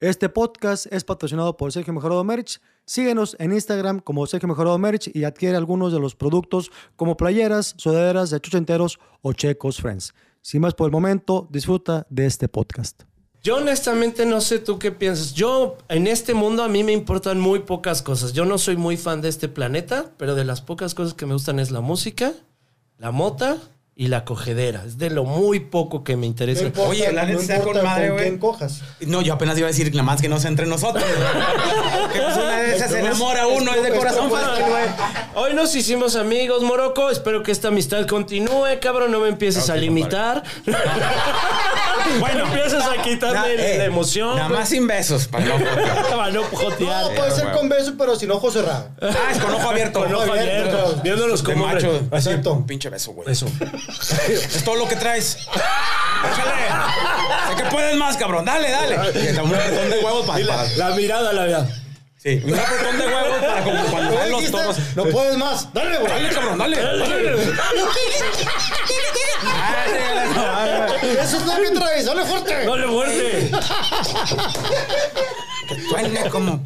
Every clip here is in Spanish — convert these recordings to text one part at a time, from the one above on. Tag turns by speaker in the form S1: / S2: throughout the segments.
S1: Este podcast es patrocinado por Sergio Mejorado Merch. Síguenos en Instagram como Sergio Mejorado Merch y adquiere algunos de los productos como playeras, sudaderas de chuchenteros o checos friends. Sin más por el momento, disfruta de este podcast.
S2: Yo honestamente no sé tú qué piensas. Yo en este mundo a mí me importan muy pocas cosas. Yo no soy muy fan de este planeta, pero de las pocas cosas que me gustan es la música, la mota y la cogedera. Es de lo muy poco que me interesa.
S3: importa,
S4: Oye, la neta
S3: no
S4: está con
S3: importa
S4: madre,
S3: con
S4: güey.
S3: quién cojas.
S4: No, yo apenas iba a decir nada más que no sea entre nosotros. güey. que pues una de esas se enamora uno, es de corazón fácil, güey.
S2: Hoy nos hicimos amigos, Morocco. Espero que esta amistad continúe, cabrón. No me empieces a limitar. bueno, empiezas a
S4: Na-
S2: quitarme la,
S4: eh,
S2: emoción.
S4: Nada más sin besos, para no jotear.
S2: Para no jotear.
S3: No, puede ser
S4: Eh, güey.
S3: con beso, pero sin ojo cerrado.
S4: Ah, es con ojo abierto.
S2: Con ojo
S3: abierto.
S2: abierto, Viéndolos
S4: De
S2: como hombre.
S4: macho.
S3: Así.
S4: Un Eh, pinche beso, güey.
S2: Eso.
S4: Es todo lo que traes. Échale. Sé que puedes más, cabrón. Dale, dale. Y Un apretón de huevos para. para-
S2: La mirada, la mirada.
S4: Sí, un apretón de huevos para como cuando
S3: Güey,
S4: van los
S3: dijiste,
S4: toros.
S3: No puedes más. Dale, güey.
S4: Dale, cabrón, dale. Dale, Ah, dale.
S3: Eso es lo que traes. Dale fuerte.
S2: ¡Dale fuerte!
S4: Suena como.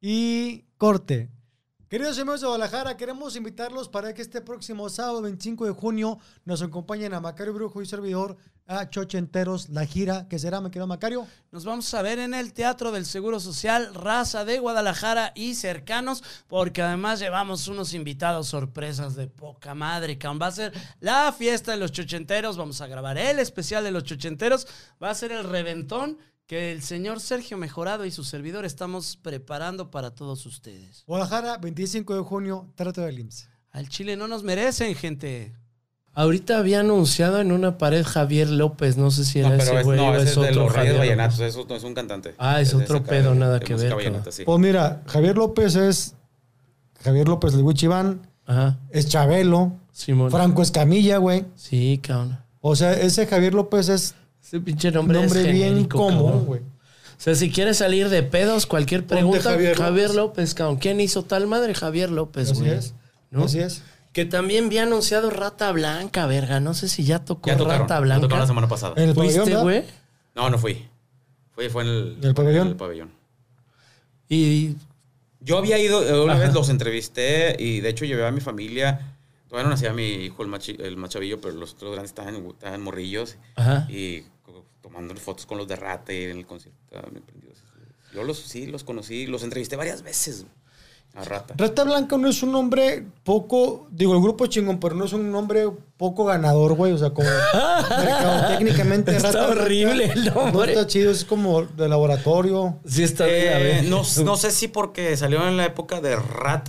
S1: Y corte. Queridos amigos de Guadalajara, queremos invitarlos para que este próximo sábado 25 de junio nos acompañen a Macario Brujo y servidor a Chochenteros, la gira que será, me querido Macario.
S5: Nos vamos a ver en el Teatro del Seguro Social Raza de Guadalajara y cercanos, porque además llevamos unos invitados sorpresas de poca madre. cabrón. Va a ser la fiesta de los chochenteros, vamos a grabar el especial de los chochenteros, va a ser el reventón que el señor Sergio Mejorado y su servidor estamos preparando para todos ustedes.
S1: Guadalajara, 25 de junio, trato del IMSS.
S5: Al Chile no nos merecen, gente.
S2: Ahorita había anunciado en una pared Javier López, no sé si era
S4: No,
S2: ese
S4: pero es,
S2: güey
S4: no,
S2: o
S4: ese es, de los Reyes
S2: Javier
S4: Vallenatos.
S2: López.
S4: Eso no es un cantante.
S2: Ah, es
S4: de
S2: otro
S4: esa
S2: pedo,
S4: de-
S2: nada
S4: de
S2: que
S4: música
S2: ver,
S4: vallenata,
S2: cabrón.
S4: sí.
S1: Pues mira, Javier López es Javier López del Wichiván,
S2: Ajá,
S1: es Chabelo,
S2: Simón.
S1: Franco Escamilla, güey.
S2: Sí, cabrón.
S1: O sea, ese Javier López es
S2: Ese pinche
S1: un
S2: nombre,
S1: nombre
S2: es
S1: bien
S2: genérico,
S1: común,
S2: cabrón.
S1: güey.
S2: O sea, si quieres salir de pedos, cualquier pregunta, Javier,
S3: Javier
S2: López. cabrón. ¿Quién hizo tal madre? Javier López,
S1: Así
S2: güey.
S1: es.
S2: ¿No?
S1: Así es.
S2: Que también vi anunciado Rata Blanca, verga. No sé si ya tocó
S4: Ya tocaron.
S2: Rata
S4: ya tocaron la
S2: Blanca.
S4: semana pasada.
S1: En el pabellón,
S2: ¿Fuiste,
S1: ¿verdad?
S2: güey?
S4: No, no fui. Fui, fue en el,
S1: ¿En el pabellón?
S4: en el pabellón.
S2: Y
S4: Yo había ido, eh, una
S2: Ajá.
S4: vez los entrevisté y de hecho llevé a mi familia. Todavía no nacía mi hijo, el, machi- el machavillo, pero los otros grandes estaban, estaban morrillos
S2: Ajá.
S4: y co- tomando fotos con los de Rata y en el concierto. Ah, estaban bien prendidos. Yo los, sí, los conocí, los entrevisté varias veces a Rata.
S1: Rata Blanca no es un nombre poco, digo, el grupo chingón, pero no es un nombre poco ganador, güey. O sea, como técnicamente
S2: Está horrible el
S1: No
S2: nombre.
S1: está chido, es como de laboratorio.
S2: sí está
S4: Eh,
S2: bien, a ver.
S4: no, no sé si porque salió en la época de Rat,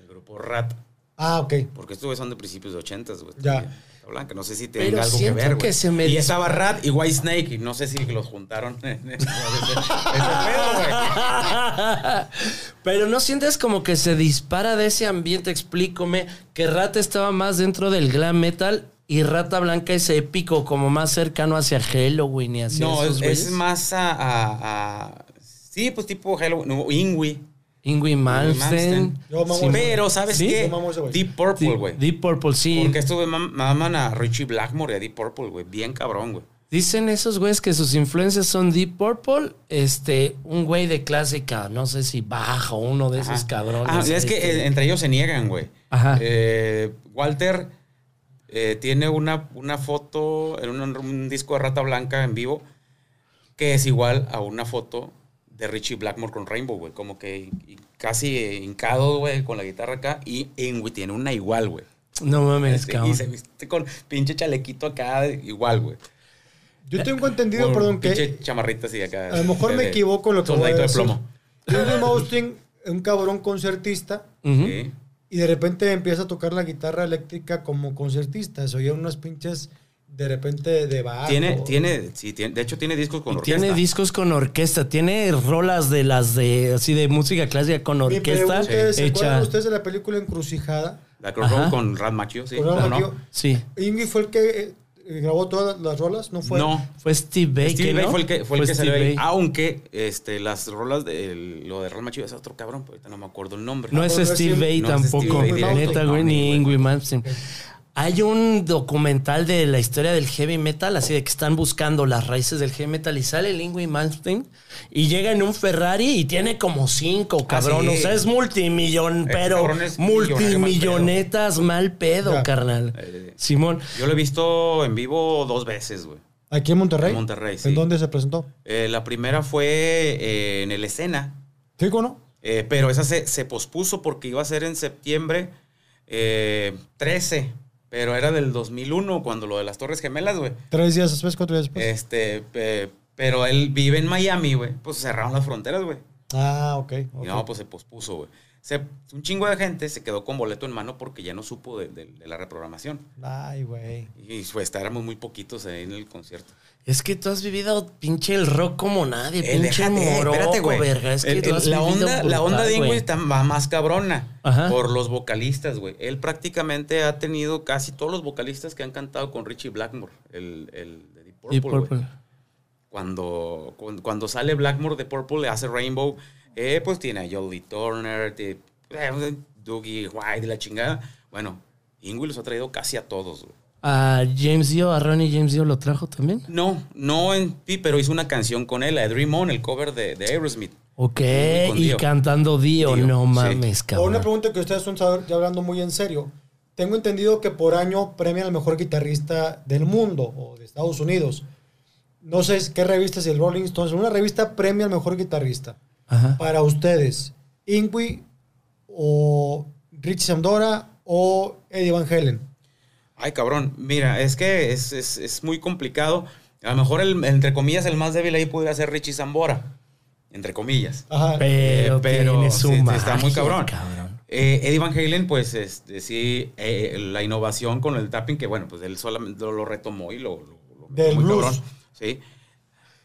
S4: el grupo Rat,
S1: Ah, ok.
S4: porque estos güey son de principios de 80, güey.
S1: Ya.
S4: Rata Blanca, no sé si
S2: Pero
S4: tenga algo que
S2: siento
S4: ver,
S2: que
S4: güey.
S2: se me-
S4: Y estaba Rat y White Snake, y no sé si los juntaron. ese, ese pedo, güey.
S2: Pero no sientes como que se dispara de ese ambiente, explícame, que Rata estaba más dentro del glam metal y Rata Blanca es épico, como más cercano hacia Halloween y hacia
S4: No,
S2: esos
S4: es, es
S2: güeyes.
S4: más a, a- a- Sí, pues tipo Halloween, no, Ingui.
S2: Ingui Malmsteen,
S4: Malmsteen.
S1: Yo mamo
S4: Sí,
S1: ese-
S4: pero, ¿sabes
S1: ¿Sí?
S4: qué?
S1: Yo mamo ese güey.
S4: Deep Purple, güey.
S2: Deep Purple, sí.
S4: Porque estos güey mam- maman a Richie Blackmore y a Deep Purple, güey. Bien cabrón, güey.
S2: Dicen esos güeyes que sus influencias son Deep Purple, este, un güey de clásica, no sé si baja o uno de esos
S4: Ajá.
S2: cabrones. este.
S4: Ah, es
S2: ahí
S4: que eh, entre ellos se niegan, güey.
S2: Ajá.
S4: Eh, Walter eh, tiene una, una foto en un, un disco de Rata Blanca en vivo que es igual a una foto de Richie Blackmore con Rainbow, güey. Como que hi- casi eh, hincado, güey, con la guitarra acá. Y Ingui tiene una igual, güey.
S2: No mames,
S4: Este, y
S2: Pues, cabrón.
S4: se viste con pinche chalequito acá, igual, güey.
S1: Yo tengo entendido,
S4: Con
S1: perdón, que
S4: pinche chamarrita así acá.
S1: a lo mejor
S4: de-
S1: me
S4: de
S1: equivoco en lo que voy a
S4: soldadito de
S1: decir.
S4: plomo.
S1: Jimmy Maustin, un cabrón concertista,
S2: Ujú.
S4: Sí.
S1: y de repente empieza a tocar la guitarra eléctrica como concertista. Se oían unas pinches de repente de bajo.
S4: Tiene, tiene, sí, tiene, de hecho tiene discos con
S2: Y
S4: orquesta.
S2: Tiene discos con orquesta, tiene rolas de las de así de música clásica con
S1: Mi pregunta
S2: orquesta
S1: es, ¿se acuerdan
S2: hecha.
S1: ustedes de la película Encrucijada?
S4: La Crossroad
S2: Ajá.
S4: con Rat Machio, sí.
S1: Programa
S4: ¿o no?
S1: que yo-
S2: Sí.
S1: Ingui fue el que eh, eh, grabó todas las rolas? ¿No fue?
S4: no,
S2: Fue Steve Baker.
S4: Steve Vai
S2: ¿no?
S4: fue el que, fue el que salió
S2: Steve
S4: ahí.
S2: Vai.
S4: Aunque este, las rolas de el- lo de Real Machido es otro cabrón, pero ahorita no me acuerdo el nombre.
S2: No es
S1: pero no es
S2: Steve
S1: Steve-
S2: Bay
S4: no es
S2: tampoco.
S4: Steve Vai
S2: la
S4: directo,
S2: neta,
S4: no,
S2: güey, ni
S4: ni
S2: Ingrid Malmsteen. Hay un documental de la historia del heavy metal, así de que están buscando las raíces del heavy metal y sale el Ingrid Malmsteen y llega en un Ferrari y tiene como cinco, cabrón.
S4: Ah, sí.
S2: O sea, es multimillón,
S4: Ese
S2: pero
S4: cabrón es millonario mal pedo.
S2: multimillonetas mal pedo,
S1: Ya.
S2: carnal.
S4: Eh,
S2: Simón.
S4: Yo lo he visto en vivo dos veces, güey.
S1: ¿Aquí en Monterrey?
S4: En Monterrey, sí.
S1: ¿En dónde se presentó?
S4: Eh, la primera fue eh, en el escena,
S1: ¿Sí, cómo no?
S4: eh, pero esa se, se pospuso porque iba a ser en septiembre eh, 13, pero era del 2001, cuando lo de las Torres Gemelas, güey.
S1: Tres días después, cuatro días después.
S4: Este, eh, pero él vive en Miami, güey. Pues cerraron las fronteras, güey.
S1: ah, ok. ok.
S4: Y no, pues se pospuso, güey. Se- Un chingo de gente se quedó con boleto en mano porque ya no supo de, de- de la reprogramación.
S1: Ay, güey.
S4: Y pues estábamos muy poquitos ahí en el concierto.
S2: Es que tú has vivido pinche el rock como nadie,
S4: Eh,
S2: pinche
S4: déjate, eh,
S2: moroco, verga. Es que
S4: El-
S2: tú
S4: el-
S2: has
S4: la,
S2: vivido
S4: onda, la onda
S2: brutal,
S4: de Ingrid
S2: güey.
S4: está ma- más cabrona
S2: Ajá.
S4: por los vocalistas, güey. Él prácticamente ha tenido casi todos los vocalistas que han cantado con Richie Blackmore, el, el de Deep Purple,
S2: Y
S4: güey.
S2: Purple.
S4: Cuando, cuando, cuando sale Blackmore de Purple, le hace Rainbow, eh, pues tiene a Jolly Turner, ti- eh, Dougie White, de la chingada. Bueno, Ingrid los ha traído casi a todos, güey.
S2: A Ah, James Dio, a Ronnie James Dio lo trajo también.
S4: No, no en ti, pero hizo una canción con él, la de Dream On, el cover de, de Aerosmith.
S2: Ok,
S4: con
S2: y
S4: Dio.
S2: cantando Dio,
S4: Dio,
S2: no
S4: sí.
S2: mames,
S1: Ahora, Una
S2: cabrón.
S1: pregunta que ustedes son saber- ya hablando muy en serio. Tengo entendido que por año premian al mejor guitarrista del mundo o de Estados Unidos. No sé qué revista, si el Rolling Stones, una revista premia al mejor guitarrista.
S2: Ajá.
S1: Para ustedes, Ingui o Richie Sambora o Eddie Van Halen.
S4: Ay, cabrón, mira, es que es, es- es muy complicado. A lo mejor, el, entre comillas, el más débil ahí pudiera ser Richie Zambora. Entre comillas.
S1: Ajá.
S2: Pero,
S4: Eh, pero
S2: tiene su
S4: sí, sí,
S2: magia,
S4: está muy cabrón. Eh, Eddie Van Halen, pues este, sí, eh, la innovación con el tapping, que bueno, pues él solamente lo, lo retomó y lo. lo, lo metió
S1: Del
S4: muy
S1: blues.
S4: cabrón, sí.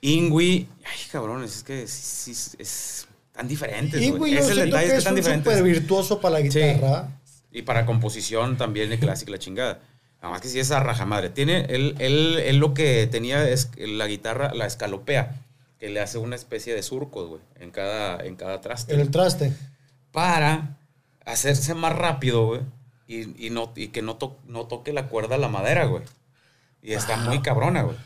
S4: Ingui, ay, cabrón, es que sí, sí, es tan diferente.
S1: Ingui yo
S4: Es el
S1: siento
S4: detalle
S1: que
S4: que
S1: es
S4: están
S1: un súper
S4: diferentes.
S1: virtuoso para la guitarra.
S4: Y para composición también el clásico, la chingada. Nada más que sí es a rajamadre. Tiene, él, él, él lo que tenía es la guitarra, la escalopea, que le hace una especie de surcos, güey, en cada, en cada traste.
S1: En el traste.
S4: para hacerse más rápido, güey, y, y no, y que no, to- no toque la cuerda a la madera, güey. Y está muy cabrona, güey.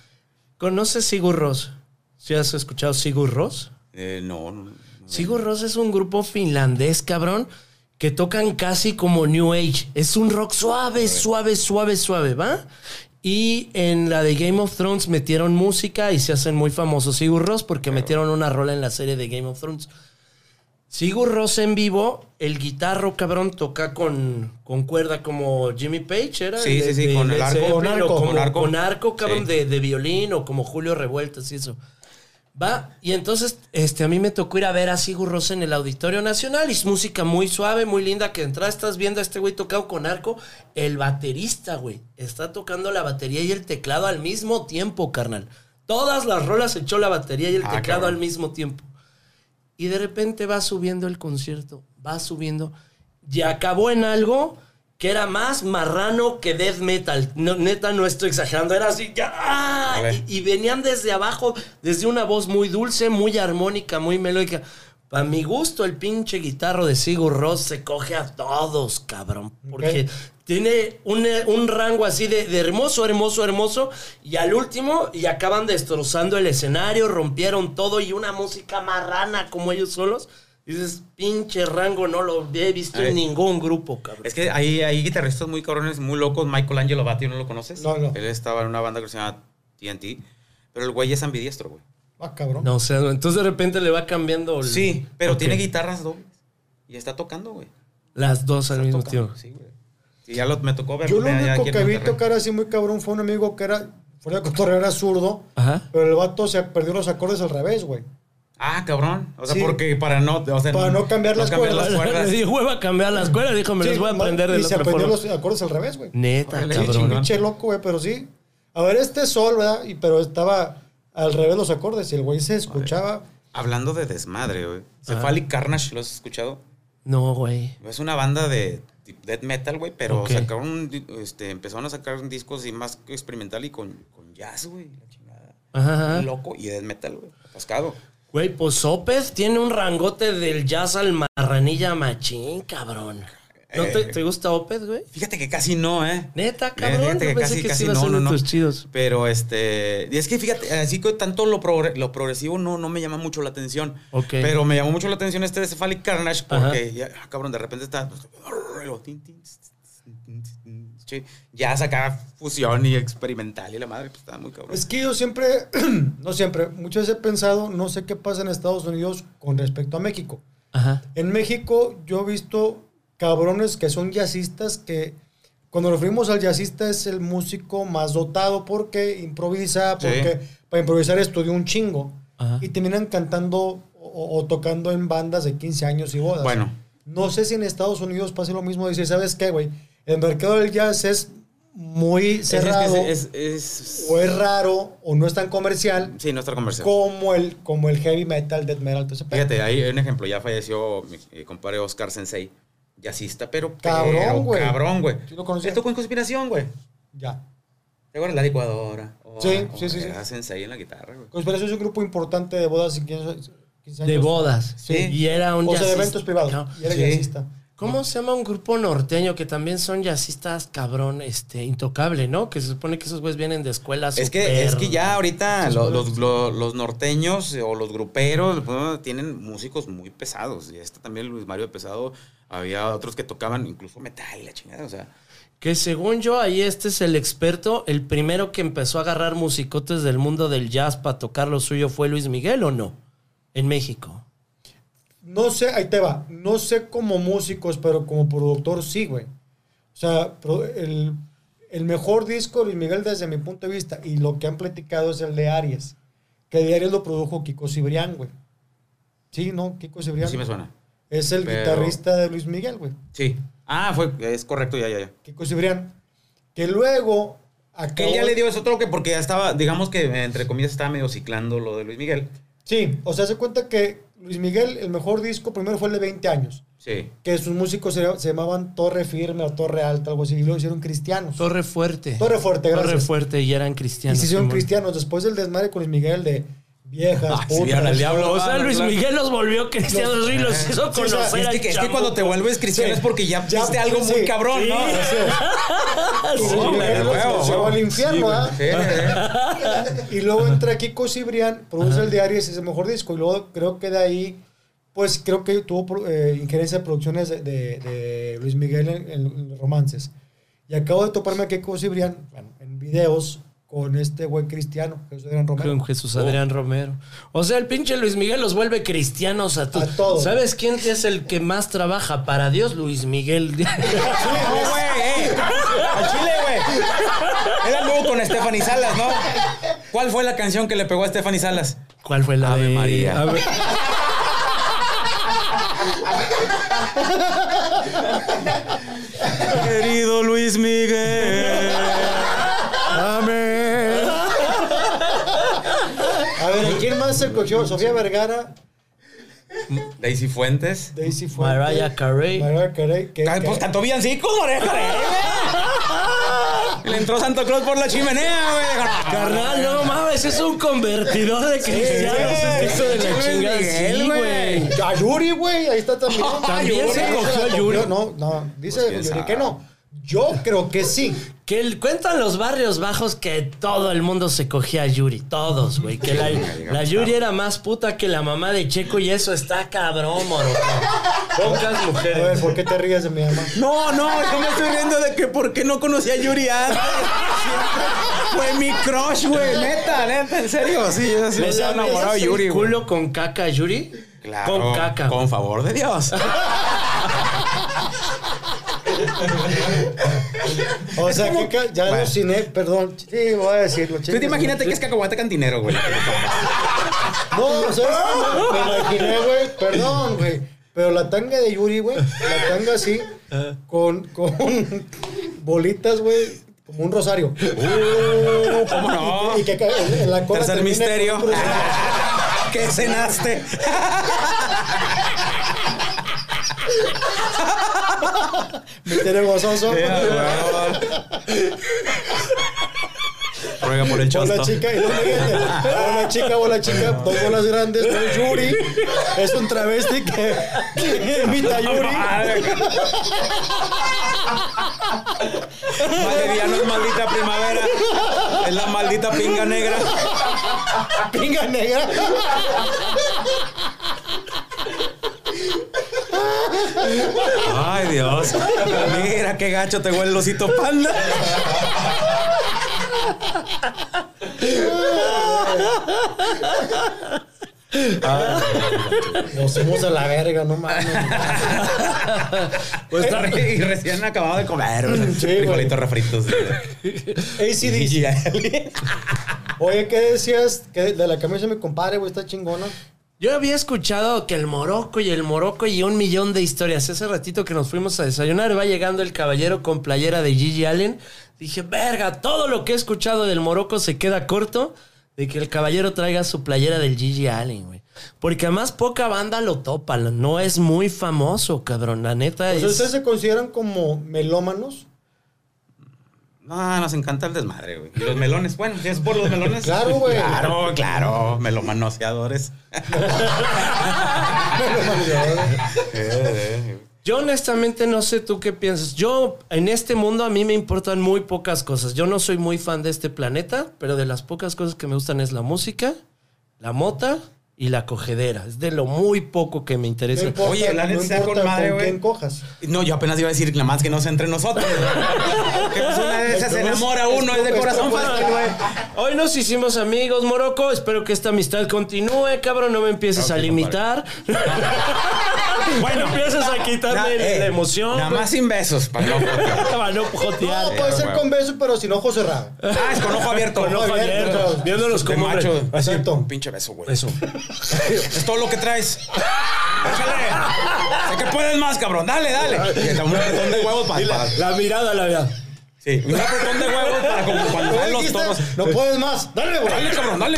S2: ¿Conoces Sigur Rós? ¿Sí has escuchado Sigur Rós?
S4: Eh, no, no, no.
S2: Sigur Rós es un grupo finlandés, cabrón, que tocan casi como New Age. Es un rock suave, suave, suave, suave, ¿va? Y en la de Game of Thrones metieron música y se hacen muy famosos Sigur Rós porque metieron una rola en la serie de Game of Thrones. Sigur Rós en vivo, el guitarro, cabrón, toca con, con cuerda como Jimmy Page, ¿era?
S4: Sí, sí, sí, con el
S2: Led
S4: arco, con
S2: Zeppelin, o
S4: arco,
S2: como-
S4: con arco.
S2: Con arco, cabrón,
S4: Sí.
S2: de, de violín o como Julio Revueltas y eso. Va, y entonces este, a mí me tocó ir a ver a Sigur Rós en el Auditorio Nacional. Y es música muy suave, muy linda. Que entras, estás viendo a este güey tocado con arco. El baterista, güey, está tocando la batería y el teclado al mismo tiempo, carnal. Todas las rolas echó la batería y el
S4: Ah,
S2: teclado
S4: cabrón.
S2: al mismo tiempo. Y de repente va subiendo el concierto, va subiendo. Y acabó en algo que era más marrano que death metal. No, neta, no estoy exagerando. Era así, ya. ¡ah!
S4: A ver.
S2: Y, y venían desde abajo, desde una voz muy dulce, muy armónica, muy melódica. Para mi gusto, el pinche guitarro de Sigur Rós se coge a todos, cabrón. Porque
S1: Ok.
S2: tiene un, eh, un rango así de, de hermoso, hermoso, hermoso. Y al último, y acaban destrozando el escenario, rompieron todo y una música marrana como ellos solos. Dices, pinche rango, no lo he visto en
S4: Ay.
S2: ningún grupo, cabrón.
S4: Eh. Es que hay, hay guitarristas muy cabrones, muy locos. Michael Angelo Batio, ¿no lo conoces?
S1: No, no.
S4: Él estaba en una banda que se llama TNT, pero el güey es ambidiestro, güey.
S1: Ah, cabrón.
S2: No, o sea, entonces de repente le va cambiando. el-
S4: Sí, pero
S2: Ok.
S4: tiene guitarras dobles. Y está tocando, güey.
S2: Las dos al mismo tiempo.
S4: Tocando, Sí, güey. Sí, ya lo, me tocó ver.
S1: Yo lo
S4: ya- ya
S1: único
S4: aquí en
S1: que vi
S4: Monterrey.
S1: tocar así muy cabrón fue un amigo que era, fuera de cotorreo, era zurdo.
S2: Ajá.
S1: Pero el vato se perdió los acordes al revés, güey.
S4: Ah, cabrón. O sea,
S1: Sí.
S4: porque para no... o sea,
S1: Para no cambiar las cuerdas.
S4: las cuerdas.
S2: Le dio hueva a cambiar las cuerdas, dijo, me
S1: Sí,
S2: las voy a
S1: ma-
S2: aprender de
S1: Y
S2: la
S1: se
S2: otra
S1: aprendió
S2: forma.
S1: los acordes al revés, güey.
S2: Neta,
S4: Órale,
S2: cabrón.
S4: chingón.
S1: Pinche loco, güey, pero sí. A ver, este es sol, ¿verdad? Y, pero estaba al revés los acordes y el güey se escuchaba.
S4: Hablando de desmadre, güey. Cephalic Carnage, ¿lo has escuchado?
S2: No, güey.
S4: Es una banda de tipo death metal, güey, pero
S2: Ok.
S4: sacaron, un di- este, empezaron a sacar discos y más que experimental y con, con jazz, güey, la chingada.
S2: Ajá.
S4: Loco y death metal, güey, atascado.
S2: Güey, pues Sopez tiene un rangote del jazz al marranilla machín, cabrón. ¿No te,
S4: Eh.
S2: te gusta Opez, güey?
S4: Fíjate que casi no, ¿eh?
S2: Neta, cabrón.
S4: Fíjate
S2: Yo pensé que sí iba a ser de tus chidos.
S4: Pero este. Y es que fíjate, así que tanto lo, progre- lo progresivo no, no me llama mucho la atención.
S2: Ok.
S4: Pero me llamó mucho la atención este de Cephalic Carnage
S2: Ajá.
S4: porque, ya, ah, cabrón, de repente está. y luego tin, tin, sí, Ya sacaba fusión y experimental y la madre, pues está muy cabrón.
S3: Es que yo siempre, no siempre, muchas veces he pensado, no sé qué pasa en Estados Unidos con respecto a México.
S2: Ajá.
S3: En México yo he visto cabrones que son jazzistas que cuando nos referimos al jazzista es el músico más dotado porque improvisa,
S4: Sí.
S3: porque para improvisar estudió un chingo
S2: Ajá.
S3: y terminan cantando o, o tocando en bandas de 15 años y bodas.
S4: Bueno.
S3: No sé si en Estados Unidos pasa lo mismo. Decir, ¿sabes qué, güey? El mercado del jazz es muy
S4: Es- es que es-
S3: cerrado
S4: Es, es-
S3: o es raro o no es tan comercial
S4: sí, nuestra conversación.
S3: como el, como el heavy metal, death metal, todo ese pedo.
S4: Fíjate, ahí hay un ejemplo. Ya falleció mi eh, compadre Oscar Sensei, jazzista, pero.
S3: Cabrón,
S4: pero
S3: güey.
S4: Cabrón, güey.
S3: Sí lo conocía.
S4: Esto con conspiración, güey.
S3: Ya.
S4: ¿Te acuerdas? La licuadora. Oh,
S3: Sí,
S4: oh,
S3: sí, sí, sí.
S4: Era Sensei en la guitarra, güey.
S3: Conspiración es un grupo importante de bodas y 15, 15 años.
S2: De bodas.
S3: Sí.
S2: Y era un
S3: O sea, de
S2: jazzista.
S3: eventos privados.
S2: Cabrón.
S3: Y era
S4: Sí.
S3: jazzista.
S2: ¿Cómo se llama un grupo norteño que también son jazzistas, cabrón, este, intocable, ¿no? Que se supone que esos güeyes vienen de
S3: Ah,
S2: escuelas.
S4: Es que,
S2: súper-
S4: es que ya ahorita lo- los, lo- los norteños eh, o los gruperos bueno, tienen músicos muy pesados. Y este también, Luis Mario de Pesado, había otros que tocaban incluso metal y la chingada. O sea,
S2: Que según yo, ahí este es el experto. El primero que empezó a agarrar musicotes del mundo del jazz para tocar lo suyo fue Luis Miguel, ¿o no? En México.
S3: No sé, ahí te va. No sé como músicos, pero como productor sí, güey. O sea, pro- el, el mejor disco de Luis Miguel desde mi punto de vista y lo que han platicado es el de Arias. Que de Arias lo produjo Kiko Cibrián, güey. Sí, ¿no? Kiko Cibrián.
S4: sí me suena.
S3: Es el
S4: Pero-
S3: guitarrista de Luis Miguel, güey.
S4: Sí. Ah, fue, es correcto, ya, ya, ya.
S3: Kiko Cibrián. Que luego...
S4: Que
S3: Aquel
S4: él ya le dio eso troque porque ya estaba, digamos que entre comillas estaba medio ciclando lo de Luis Miguel.
S3: Sí, o sea, se cuenta que Luis Miguel, el mejor disco primero fue el de 20 años,
S4: Sí.
S3: que sus músicos se, se llamaban Torre Firme o Torre Alta, algo así, y lo hicieron cristianos.
S2: Torre
S3: Torre,
S2: Fuerte.
S3: Fuerte, gracias.
S2: Fuerte y eran
S3: y
S2: cristianos.
S3: se hicieron
S2: Simón.
S3: cristianos después del desmadre con Luis Miguel de viejas,
S4: Ah, sí,
S3: putas.
S4: vieron al diablo.
S2: O sea,
S4: Ah,
S2: Luis
S4: claro.
S2: Miguel los volvió cristianos y los hizo
S3: Sí, o sea,
S2: conocer
S4: Es
S2: al
S4: que, es que cuando te
S2: chamuco.
S4: vuelves cristiano
S3: Sí.
S4: es porque ya
S3: Ya,
S4: viste algo
S3: sí.
S4: muy cabrón, ¿no?
S2: Sí.
S3: Así es. Y
S4: Sí,
S3: Luis
S4: güey,
S3: Miguel
S4: huevo,
S3: los llevó
S4: huevo.
S3: al infierno, ¿ah?
S4: Sí, eh.
S3: Y luego entra Kiko Cibrián, produce el de Aries, es el mejor disco. Y luego creo que de ahí, pues creo que tuvo pro- eh, injerencia de producciones de, de- de Luis Miguel en, en los romances. Y acabo de toparme a Kiko Cibrián bueno, en videos con este güey cristiano, que es Adrián Romero.
S2: Con
S4: Oh.
S2: Jesús Adrián Romero. O sea, el pinche Luis Miguel los vuelve cristianos a, todos.
S3: A todos.
S2: ¿Sabes quién es el que más trabaja para Dios? Luis Miguel.
S4: No, güey, eh. Al chile, güey. Era nuevo con Stephanie Salas, ¿no? ¿Cuál fue la canción que le pegó a Stephanie Salas?
S2: ¿Cuál fue la
S4: Ave
S2: de
S4: María.
S2: Ave-
S4: Querido Luis Miguel. Amén.
S3: A ver, ¿a ¿quién más se cogió? Sofía Vergara,
S4: Daisy Fuentes.
S3: Daisy Fuentes.
S2: Mariah Carey.
S3: Mariah Carey. Que,
S4: Ah,
S3: que-
S4: Pues cantó villancicos, María Carey, güey. Le entró Santa Claus por la chimenea, güey.
S2: Carnal, no mames, es un convertidor de cristianos.
S4: sí,
S2: es hijo de la
S4: Luis
S2: chingada.
S4: Miguel,
S2: Sí,
S4: güey.
S2: güey. Ah,
S3: A Yuri, güey, ahí está también.
S2: También se
S3: Yuri,
S2: cogió
S3: la
S2: a Yuri.
S3: No, no, dice
S4: Pues, quién
S3: Yuri
S4: sabe.
S3: que no. Yo creo que sí.
S2: Que el- cuentan los barrios bajos que todo el mundo se cogía a Yuri. Todos, güey. Que la, la Yuri era más puta que la mamá de Checo y eso está cabrón, moro. Pocas
S3: A ver,
S2: mujeres.
S3: ¿por qué te ríes de mi mamá?
S4: No, no, yo me estoy riendo de que por qué no conocí a Yuri antes. Fue mi crush, güey. Neta, neta, en serio. Sí, yo sí,
S2: ¿Les
S4: yo
S2: han
S4: enamorado de
S2: besado
S4: Yuri,
S2: el
S4: güey.
S2: culo con caca, Yuri?
S4: Claro.
S2: Con caca.
S4: Con favor de Dios.
S3: O sea, que ca- ya
S4: Bueno.
S3: lo ciné, perdón. Sí, voy a decirlo,
S2: Pues,
S4: Tú
S3: chicos.
S4: te imagínate que es cacahuate cantinero, güey.
S3: No, o sea, me imaginé, güey. Perdón, güey. Pero la tanga de Yuri, güey. La tanga así, con, con bolitas, güey. Como un rosario.
S4: Uh, ¿Cómo no?
S3: Y que ca- en la cola
S4: Tercer
S3: termine
S4: misterio.
S3: con un crucero.
S4: ¿Qué cenaste?
S3: Me tiene gozoso.
S4: Ruega por el
S3: Bola
S4: chasto.
S3: chica, y luego fíjate, bola chica, bola chica, dos bolas grandes, un Yuri. Es un travesti que, que imita a Yuri.
S4: Madre, ya no es maldita primavera. Es la maldita pinga negra.
S3: Pinga negra.
S4: Ay, Dios. Mira qué gacho te huele el osito panda.
S3: Nos fuimos a la verga, no mames.
S4: Pues está re- y recién acabado de comer. güey.
S3: Sí, güey.
S4: Frijolitos refritos.
S3: ACDC. Oye, ¿qué decías que de la camisa de mi compadre, güey? Está chingona.
S2: Yo había escuchado que el Morocco y el Morocco y un millón de historias. Hace ratito que nos fuimos a desayunar, va llegando el caballero con playera de Gigi Allen. Dije, verga, todo lo que he escuchado del Morocco se queda corto de que el caballero traiga su playera del Gigi Allen, güey. Porque además poca banda lo topa, no es muy famoso, cabrón. La neta
S3: Pues,
S2: es...
S3: ¿Ustedes se consideran como melómanos?
S4: No, nos encanta el desmadre, güey. Y los melones, bueno, si es por los melones. pues,
S3: Claro, güey.
S4: Claro, claro. Melomanoseadores. Eh, eh.
S2: Yo honestamente no sé tú qué piensas. Yo en este mundo a mí me importan muy pocas cosas. Yo no soy muy fan de este planeta, pero de las pocas cosas que me gustan es la música, la mota y la cogedera. Es de lo muy poco que me
S3: No
S2: interesa.
S3: importa-
S4: Oye, la neta
S3: no
S4: está
S3: importa
S4: con madre,
S3: con
S4: güey.
S3: quién cojas.
S4: No, yo apenas iba a decir nada más que no sea entre nosotros. que pues una de esas se enamora uno, es de corazón fácil, güey.
S2: Hoy nos hicimos amigos, Morocco. Espero que esta amistad continúe, cabrón. No me empieces a limitar. bueno, empiezas a
S4: Na-
S2: quitarme
S4: eh,
S2: la emoción.
S4: Nada más sin besos, para no.
S2: Para no jotear.
S3: No, puede ser
S4: güey.
S3: con besos, pero sin ojo cerrado.
S4: Ah, es con ojo abierto.
S2: Con ojo
S3: abierto.
S2: abierto, viéndolos
S4: De
S2: como hombre.
S4: macho.
S3: Así,
S4: Un pinche beso, güey. Eso. es todo lo que traes. Échale. Sé que puedes más, cabrón. Dale, dale. Y Un apretón de huevos para. para-
S2: La mirada, la verdad.
S4: sí, un apretón de huevos para como cuando
S3: ¿No
S4: ven los
S3: dijiste?
S4: toros.
S3: No puedes más. Dale, güey.
S4: Dale, cabrón, dale.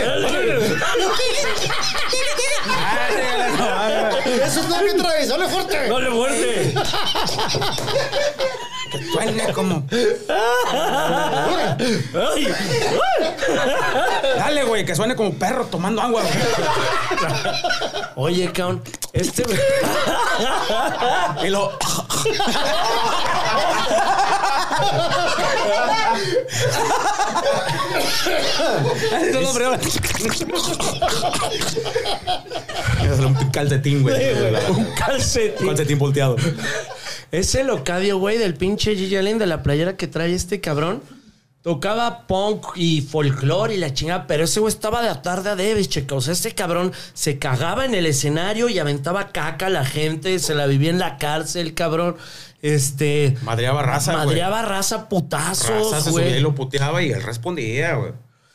S4: Dale, no, dale.
S3: Eso es lo que traes. Dale fuerte.
S2: ¡Dale fuerte!
S4: Duele como.
S2: ¡Ay!
S4: Dale, güey, que suene como perro tomando agua, güey.
S2: Oye, Caon, este.
S4: Y lo. Así son los frijoles. Es un calcetín, güey.
S2: Un calcetín.
S4: Calcetín volteado.
S2: Es el Ocadio, güey, del pinche Gigi Allen de la playera que trae este cabrón. Tocaba punk y folclore y la chingada, pero ese güey estaba de tarde a Davis, checa. O sea, este cabrón se cagaba en el escenario y aventaba caca a la gente, se la vivía en la cárcel, cabrón. Este.
S4: Madreaba raza, güey.
S2: Madreaba raza putazos,
S4: Raza se
S2: güey.
S4: subía y lo puteaba y él respondía, güey.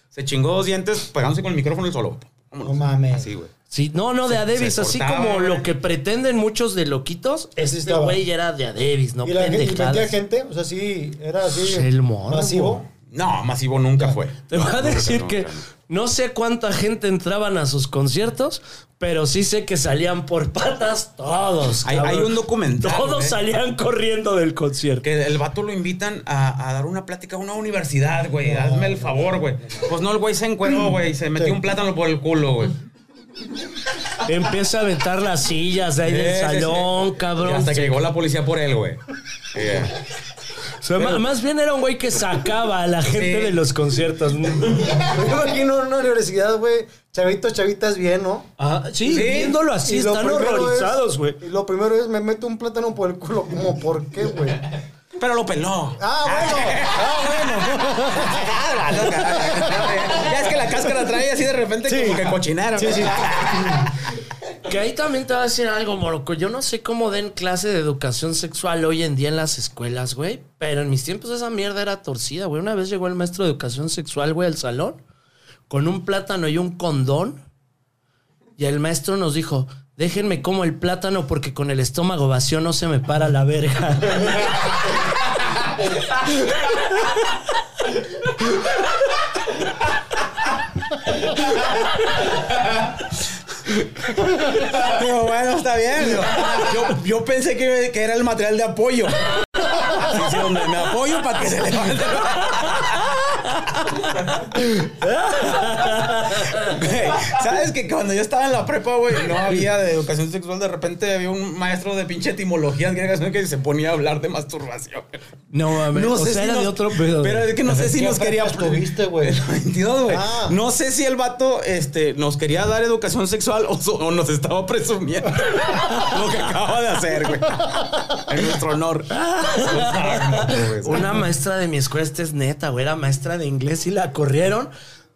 S4: Se chingó dos dientes pegándose con el micrófono el solo. Vámonos.
S3: No mames.
S4: Así, güey.
S2: Sí, no, no, de Adebis,
S4: se
S2: así
S4: cortaba,
S2: como
S4: güey.
S2: lo que pretenden muchos de loquitos,
S3: Así
S2: este
S3: estaba.
S2: güey era de Adebis, no
S3: y la gente, y metía
S2: pendejadas.
S3: gente, o sea, sí, era así.
S2: El morbo.
S3: Masivo.
S4: No, masivo nunca fue.
S2: Te voy a
S4: Nunca,
S2: decir
S4: nunca,
S2: que
S4: nunca.
S2: no sé cuánta gente entraban a sus conciertos, pero sí sé que salían por patas todos.
S4: Hay-
S2: cabrón.
S4: hay un documental, ¿eh?
S2: Todos
S4: güey.
S2: salían corriendo del concierto.
S4: Que el vato lo invitan a, a dar una plática a una universidad, güey. Hazme el favor, güey. Pues no, el güey se encueró, güey. Se metió un plátano por el culo, güey.
S2: Empieza a aventar las sillas de ahí del
S4: Sí, sí, sí.
S2: salón,
S4: Y
S2: cabrón.
S4: hasta que llegó la policía por él, güey. Yeah.
S2: O sea, ma- Más bien era un güey que sacaba a la gente
S4: Sí.
S2: de los conciertos.
S3: Yo me imagino en una universidad, güey, chavitos, chavitas bien, ¿no?
S2: Ah, sí,
S4: Sí.
S2: viéndolo así,
S3: Y lo
S2: están
S3: primero
S2: horrorizados,
S3: es-
S2: güey.
S3: Y lo primero es, me meto un plátano por el culo. Como, ¿por qué, güey?
S4: Pero lo peló.
S3: Ah, bueno.
S4: ya es que la cáscara trae así de repente como que cochinero. Sí, sí.
S2: Que ahí también te va a decir algo, Morocco. Yo no sé cómo den clase de educación sexual hoy en día en las escuelas, güey. Pero en mis tiempos esa mierda era torcida, güey. Una vez llegó el maestro de educación sexual, güey, al salón con un plátano y un condón. Y el maestro nos dijo, déjenme como el plátano porque con el estómago vacío no se me para la verga.
S4: Digo, bueno, está bien. Digo, Yo, yo pensé que, que era el material de apoyo. Sí, sí, hombre, me apoyo para que se levante. Güey, ¿Sabes que cuando yo estaba en la prepa, güey, no había de educación sexual? De repente había un maestro de pinche etimología griegas ¿no? que se ponía a hablar de masturbación.
S2: No mames.
S4: No
S2: o sea,
S4: sé si
S2: era
S4: nos-
S2: de otro pedo.
S4: Pero es que no sé si nos quería.
S3: Estuviste, güey.
S4: 22, güey.
S3: Ah.
S4: No sé si el vato este, nos quería dar educación sexual o, so- o nos estaba presumiendo lo que acaba de hacer, güey. En nuestro honor.
S2: Una maestra de mi escuela, esta es neta, güey, era maestra de inglés y la corrieron.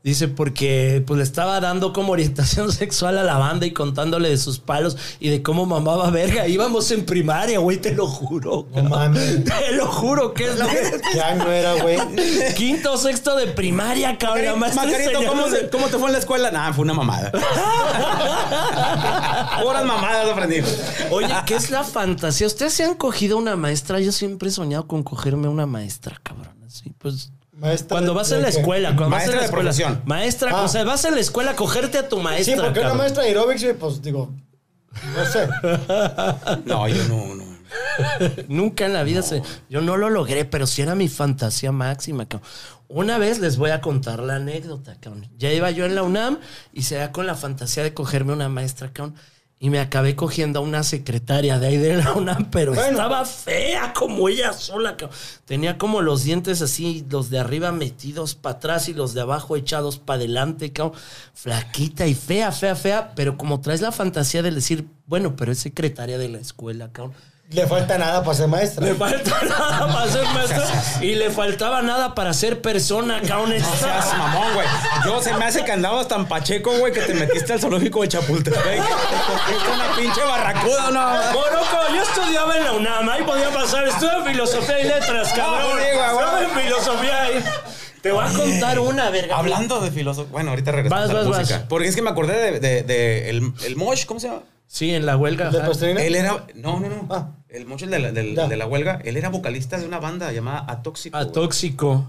S2: Dice, porque pues le estaba dando como orientación sexual a la banda y contándole de sus palos y de cómo mamaba verga. Íbamos en primaria, güey, te lo juro.
S3: No mames.
S2: Te lo juro que es neta.
S3: Ya no era, güey.
S2: Quinto o sexto de primaria, cabrón. La maestra
S4: Macarito, ¿cómo,
S2: enseñándole-
S4: se- cómo te fue en la escuela? Nah, fue una mamada. Puras mamadas aprendí.
S2: Oye, ¿qué es la fantasía? ¿Ustedes se han cogido una maestra? Yo siempre he soñado con cogerme una maestra, cabrón. Así, pues.
S3: Maestra
S2: cuando
S3: de-
S2: vas
S3: de
S2: en la
S3: qué?
S2: escuela, cuando
S4: Maestra
S2: vas
S4: de
S2: en la escuela.
S4: profesión.
S2: Maestra,
S3: Ah.
S2: o sea, vas a la escuela a cogerte a tu
S3: Sí,
S2: maestra.
S3: porque una
S2: cabrón.
S3: maestra de aeróbics, güey, pues digo, no sé.
S4: No, yo no, no.
S2: Nunca en la vida se. Yo no lo logré, pero sí era mi fantasía máxima, cabrón. Una vez les voy a contar la anécdota, cabrón. Ya iba yo en la UNAM y se da con la fantasía de cogerme una maestra, cabrón. Y me acabé cogiendo a una secretaria de ahí de la UNAM, pero
S3: Bueno.
S2: estaba fea como ella sola, cabrón. Tenía como los dientes así, los de arriba metidos para atrás y los de abajo echados para adelante, cabrón. Flaquita y fea, fea, fea. Pero como traes la fantasía de decir, bueno, pero es secretaria de la escuela, cabrón.
S3: Le falta nada para ser maestra.
S2: Le falta nada para ser maestra y le faltaba nada para ser persona, cabrón.
S4: Seas mamón, güey. Yo se me hace que andabas tan pacheco, güey, que te metiste al zoológico de Chapultepec. Te cogiste una pinche barracuda, no.
S2: Moroco, yo estudiaba en la UNAM, ahí podía pasar, estudiaba filosofía y letras, cabrón.
S4: güey, güey, güey.
S2: Estaba en filosofía ahí. Te voy a contar una, verga.
S4: Hablando de filósofo. Bueno, ahorita regresamos
S2: Vas,
S4: a la
S2: vas, vas.
S4: música. Porque es que me acordé de, de- de el, el Mosh, ¿cómo se llama?
S2: Sí, en la huelga.
S3: ¿De
S2: ajá.
S3: pastelina?
S4: Él era. No, no, no.
S3: Ah.
S4: El Mosh, el de la, del-
S3: Ya.
S4: de la huelga, él era vocalista de una banda llamada Atóxico. güey.
S2: Atóxico.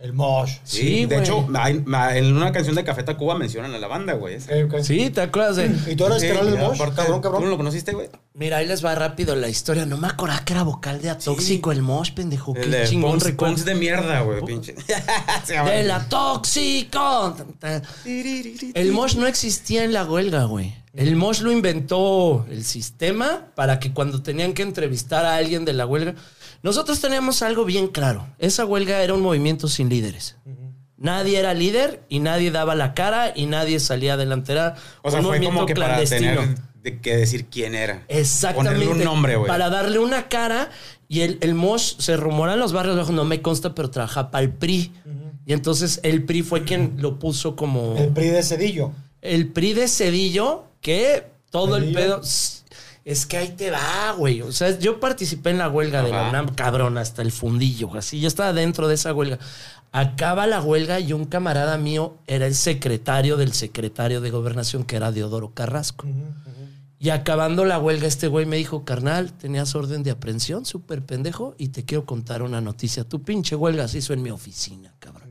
S3: El mosh.
S4: Sí,
S2: Sí,
S4: de
S2: güey.
S4: hecho, hay- ma- en una canción de Café Tacuba mencionan a la banda, güey. esa.
S3: Ok, ok.
S2: Sí, ¿te acuerdas de...?
S3: ¿Y tú eras
S4: Sí,
S3: canal del mosh?
S4: aparte,
S3: Cabrón,
S4: ¿Tú no lo
S3: cabrón.
S4: conociste, güey?
S2: Mira, ahí les va rápido la historia. No me acordaba que era vocal de Atóxico, el Mosh, pendejo.
S4: El
S2: Oh, Qué
S4: de
S2: chingón
S4: Punks,
S2: recuerdo. Oh.
S4: Punks de mierda, güey, pinche. Se llama.
S2: De la tóxico. El Mosh no existía en la huelga, güey. El Mosh lo inventó el sistema para que cuando tenían que entrevistar a alguien de la huelga. Nosotros teníamos algo bien claro. Esa huelga era un movimiento sin líderes. Nadie era líder y nadie daba la cara y nadie salía adelante. Era
S4: O sea,
S2: un
S4: fue
S2: movimiento
S4: como que para
S2: clandestino.
S4: tener de- que decir quién era.
S2: Exactamente.
S4: Ponerle un nombre, güey.
S2: Para darle una cara. Y el, el Mosh se rumora en los barrios bajos, no me consta, pero trabaja para el PRI. Y entonces el PRI fue quien lo puso como
S3: El PRI de Cedillo.
S2: el PRI de Cedillo, que todo el
S3: Cedillo.
S2: pedo. Es que ahí te va, güey. O sea, yo participé en la huelga de la
S4: Ajá.
S2: UNAM, cabrón, hasta el fundillo, así. Yo estaba dentro de esa huelga. Acaba la huelga y un camarada mío era el secretario del secretario de gobernación, que era Deodoro Carrasco. Y acabando la huelga, este güey me dijo, carnal, tenías orden de aprehensión, súper pendejo, y te quiero contar una noticia. Tu pinche huelga se hizo en mi oficina, cabrón.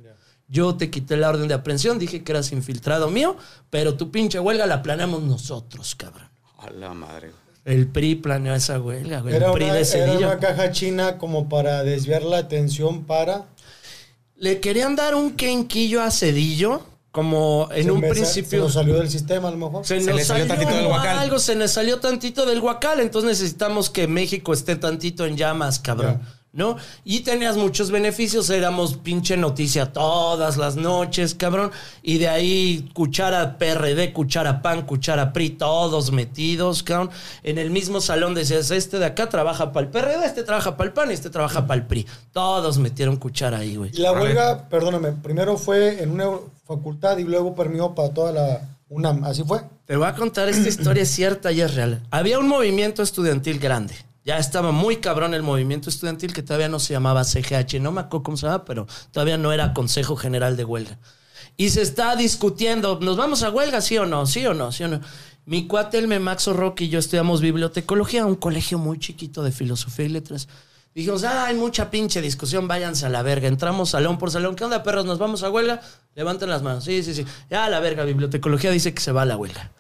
S2: Yo te quité la orden de aprehensión, dije que eras infiltrado mío, pero tu pinche huelga la planeamos nosotros, cabrón.
S4: A la madre. güey.
S2: El PRI planeó esa huelga, güey. El
S3: Era
S2: PRI
S3: una,
S2: de
S3: era
S2: Cedillo.
S3: una caja china como para desviar la atención para...
S2: Le querían dar un quenquillo a Cedillo, como en
S3: se
S2: un
S3: me sa- Se
S2: principio.
S3: nos salió del sistema, a lo mejor.
S2: Se,
S4: Se
S2: nos
S4: le salió tantito del guacal.
S2: Algo se nos salió tantito del guacal, entonces necesitamos que México esté tantito en llamas, cabrón. ¿No? Y tenías muchos beneficios, éramos pinche noticia todas las noches, cabrón. Y de ahí cuchara PRD, cuchara PAN, cuchara PRI, todos metidos, cabrón. En el mismo salón decías, este de acá trabaja para el PRD, este trabaja para el PAN, este trabaja para el PRI. Todos metieron cuchara ahí, güey.
S3: Y la huelga, perdóname, primero fue en una facultad y luego permeó para toda la UNAM. Así fue.
S2: Te voy a contar esta historia es cierta y es real. Había un movimiento estudiantil grande. Ya estaba muy cabrón el movimiento estudiantil que todavía no se llamaba CGH, no me acuerdo cómo se llamaba, pero todavía no era Consejo General de Huelga. Y se está discutiendo, ¿nos vamos a huelga? ¿Sí o no? ¿Sí o no? ¿Sí o no? Mi cuate, el Memaxo Rocky y yo estudiamos bibliotecología, un colegio muy chiquito de filosofía y letras. Dijimos, ah, hay mucha pinche discusión, váyanse a la verga. Entramos salón por salón. ¿Qué onda, perros? ¿Nos vamos a huelga? Levanten las manos. Sí, sí, sí. Ya, a la verga, bibliotecología dice que se va a la huelga.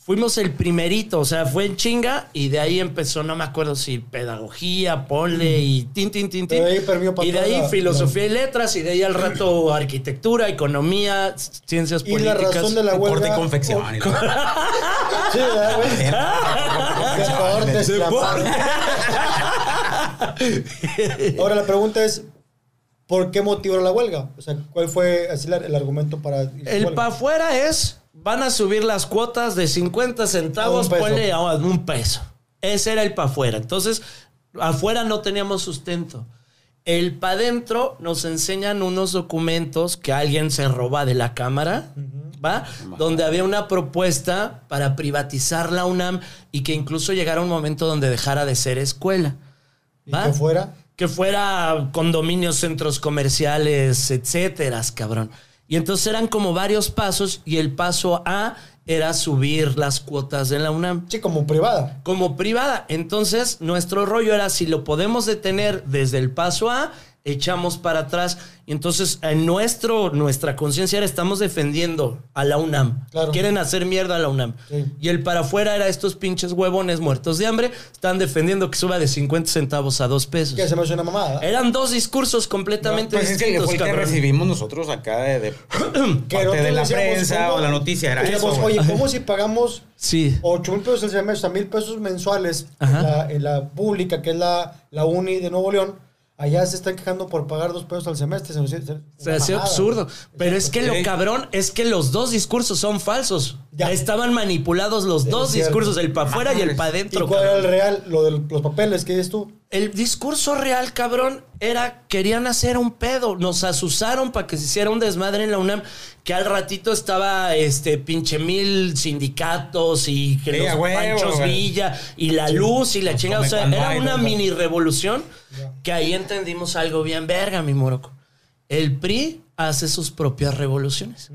S2: Fuimos el primerito, o sea, fue en chinga y de ahí empezó, no me acuerdo si pedagogía, ponle y tin, tin, tin, tin.
S3: Pero de ahí permeó para
S2: y de
S3: toda
S2: ahí
S3: la-
S2: filosofía y letras y de ahí al rato arquitectura, economía, ciencias
S3: Y la
S2: políticas.
S3: razón de la
S4: Corte y
S3: huelga. oh,
S4: confección. y
S2: Oh,
S4: la-
S3: Sí, ¿verdad, güey? Deportes, la Ahora la pregunta es, ¿por qué motivó la huelga? O sea, ¿cuál fue así la- el argumento para... ir a
S2: El
S3: huelga?
S2: pa' afuera es, van a subir las cuotas de 50 centavos,
S3: A un peso.
S2: ponle a un peso. Ese era el pa' afuera. Entonces, afuera no teníamos sustento. El pa' adentro nos enseñan unos documentos que alguien se roba de la cámara, ¿va? Donde había una propuesta para privatizar la UNAM y que incluso llegara un momento donde dejara de ser escuela.
S3: ¿Y
S2: ¿va?
S3: que fuera?
S2: que fuera condominios, centros comerciales, etcétera, cabrón. Y entonces eran como varios pasos y el paso A era subir las cuotas de la UNAM
S3: Sí, como privada.
S2: como privada. Entonces, nuestro rollo era si lo podemos detener desde el paso A, echamos para atrás. Y entonces, en nuestro, nuestra conciencia era estamos defendiendo a la UNAM.
S3: Claro.
S2: Quieren hacer mierda a la UNAM.
S3: Sí.
S2: Y el para afuera era estos pinches huevones muertos de hambre, están defendiendo que suba de 50 centavos a 2 pesos.
S3: Que se me hace una mamada.
S2: Eran dos discursos completamente
S4: Pues es que
S2: distintos,
S4: fue el que
S2: cabrón.
S4: recibimos nosotros acá de, de
S3: Que
S4: parte de la
S3: nosotros decíamos,
S4: prensa
S3: ¿cómo?
S4: o la noticia. Era
S3: Decíamos,
S4: eso. güey.
S3: oye, ¿cómo si pagamos
S2: Sí.
S3: 8 mil pesos al semestre, a mil pesos mensuales en
S2: Ajá.
S3: la, en la pública, que es la, la uni de Nuevo León? Allá se están quejando por pagar dos pesos al semestre. Se, nos hizo-
S2: Se
S3: una
S2: hacía
S3: mamada.
S2: absurdo. Pero es que lo
S4: Sí.
S2: cabrón es que los dos discursos son falsos.
S3: Ya.
S2: Estaban manipulados los
S3: Es
S2: dos
S3: cierto.
S2: discursos, el para afuera y el para
S3: ¿Y
S2: adentro.
S3: cuál era el
S2: cabrón.
S3: real? Lo de los papeles, ¿qué dices tú?
S2: El discurso real, cabrón, era querían hacer un pedo. Nos asusaron para que se hiciera un desmadre en la UNAM, que al ratito estaba este pinche mil sindicatos y que
S4: Sí,
S2: los
S4: a huevo,
S2: Panchos
S4: güey.
S2: Villa y la luz y la chingada. O sea,
S4: comen
S2: era
S4: pan,
S2: una
S4: ¿no?
S2: mini revolución que ahí entendimos algo bien verga, mi moroco. El PRI hace sus propias revoluciones.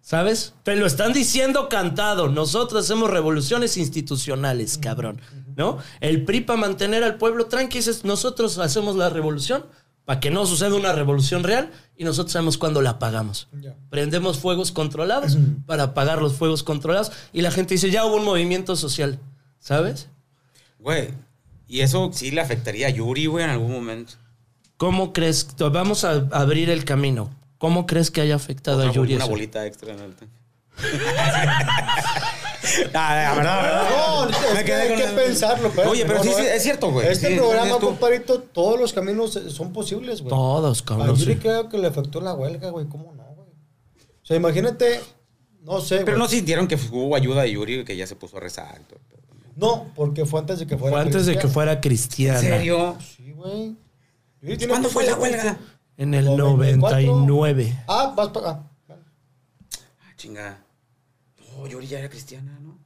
S2: ¿Sabes? Te lo están diciendo cantado. Nosotros hacemos revoluciones institucionales, cabrón. ¿No? El PRI para mantener al pueblo tranqui, dices, nosotros hacemos la revolución para que no suceda una revolución real y nosotros sabemos cuándo la apagamos.
S3: Ya.
S2: Prendemos fuegos controlados para apagar los fuegos controlados y la gente dice, ya hubo un movimiento social, ¿sabes?
S4: Güey, y eso sí le afectaría a Yuri, güey, en algún momento.
S2: ¿Cómo crees? Vamos a abrir el camino. ¿Cómo crees que haya afectado
S4: Una,
S2: a Yuri?
S4: una
S2: eso?
S4: bolita extra en el Ah, la verdad, la verdad.
S3: No, es
S4: Me
S3: que
S4: quedé
S3: hay
S4: con
S3: que
S4: la-
S3: pensarlo. pero-
S4: Oye, pero
S3: no,
S4: sí,
S3: no,
S4: sí,
S3: eh.
S4: es cierto, güey.
S3: Este
S4: Sí,
S3: programa,
S4: dices tú.
S3: compadrito, todos los caminos eh, son posibles, güey.
S2: Todos,
S3: A
S2: cabrón.
S3: Yuri
S2: sí.
S3: creo que le afectó la huelga, güey. ¿Cómo no, güey? O sea, imagínate, no sé, güey.
S4: Pero no sintieron que hubo ayuda de Yuri, que ya se puso a rezar. y todo el pedo.
S3: No, porque fue antes de que fuera.
S2: Fue antes de que
S3: cristiana.
S2: fuera cristiana.
S4: ¿En serio?
S3: Sí, güey. Yuri tiene
S4: Pues, ¿Cuándo
S3: poco
S4: fue la
S3: tiempo.
S4: huelga?
S2: En el
S3: 94.
S2: 99.
S3: Ah, vas para acá.
S4: Ah, chinga. No, Yuri ya era cristiana, ¿no?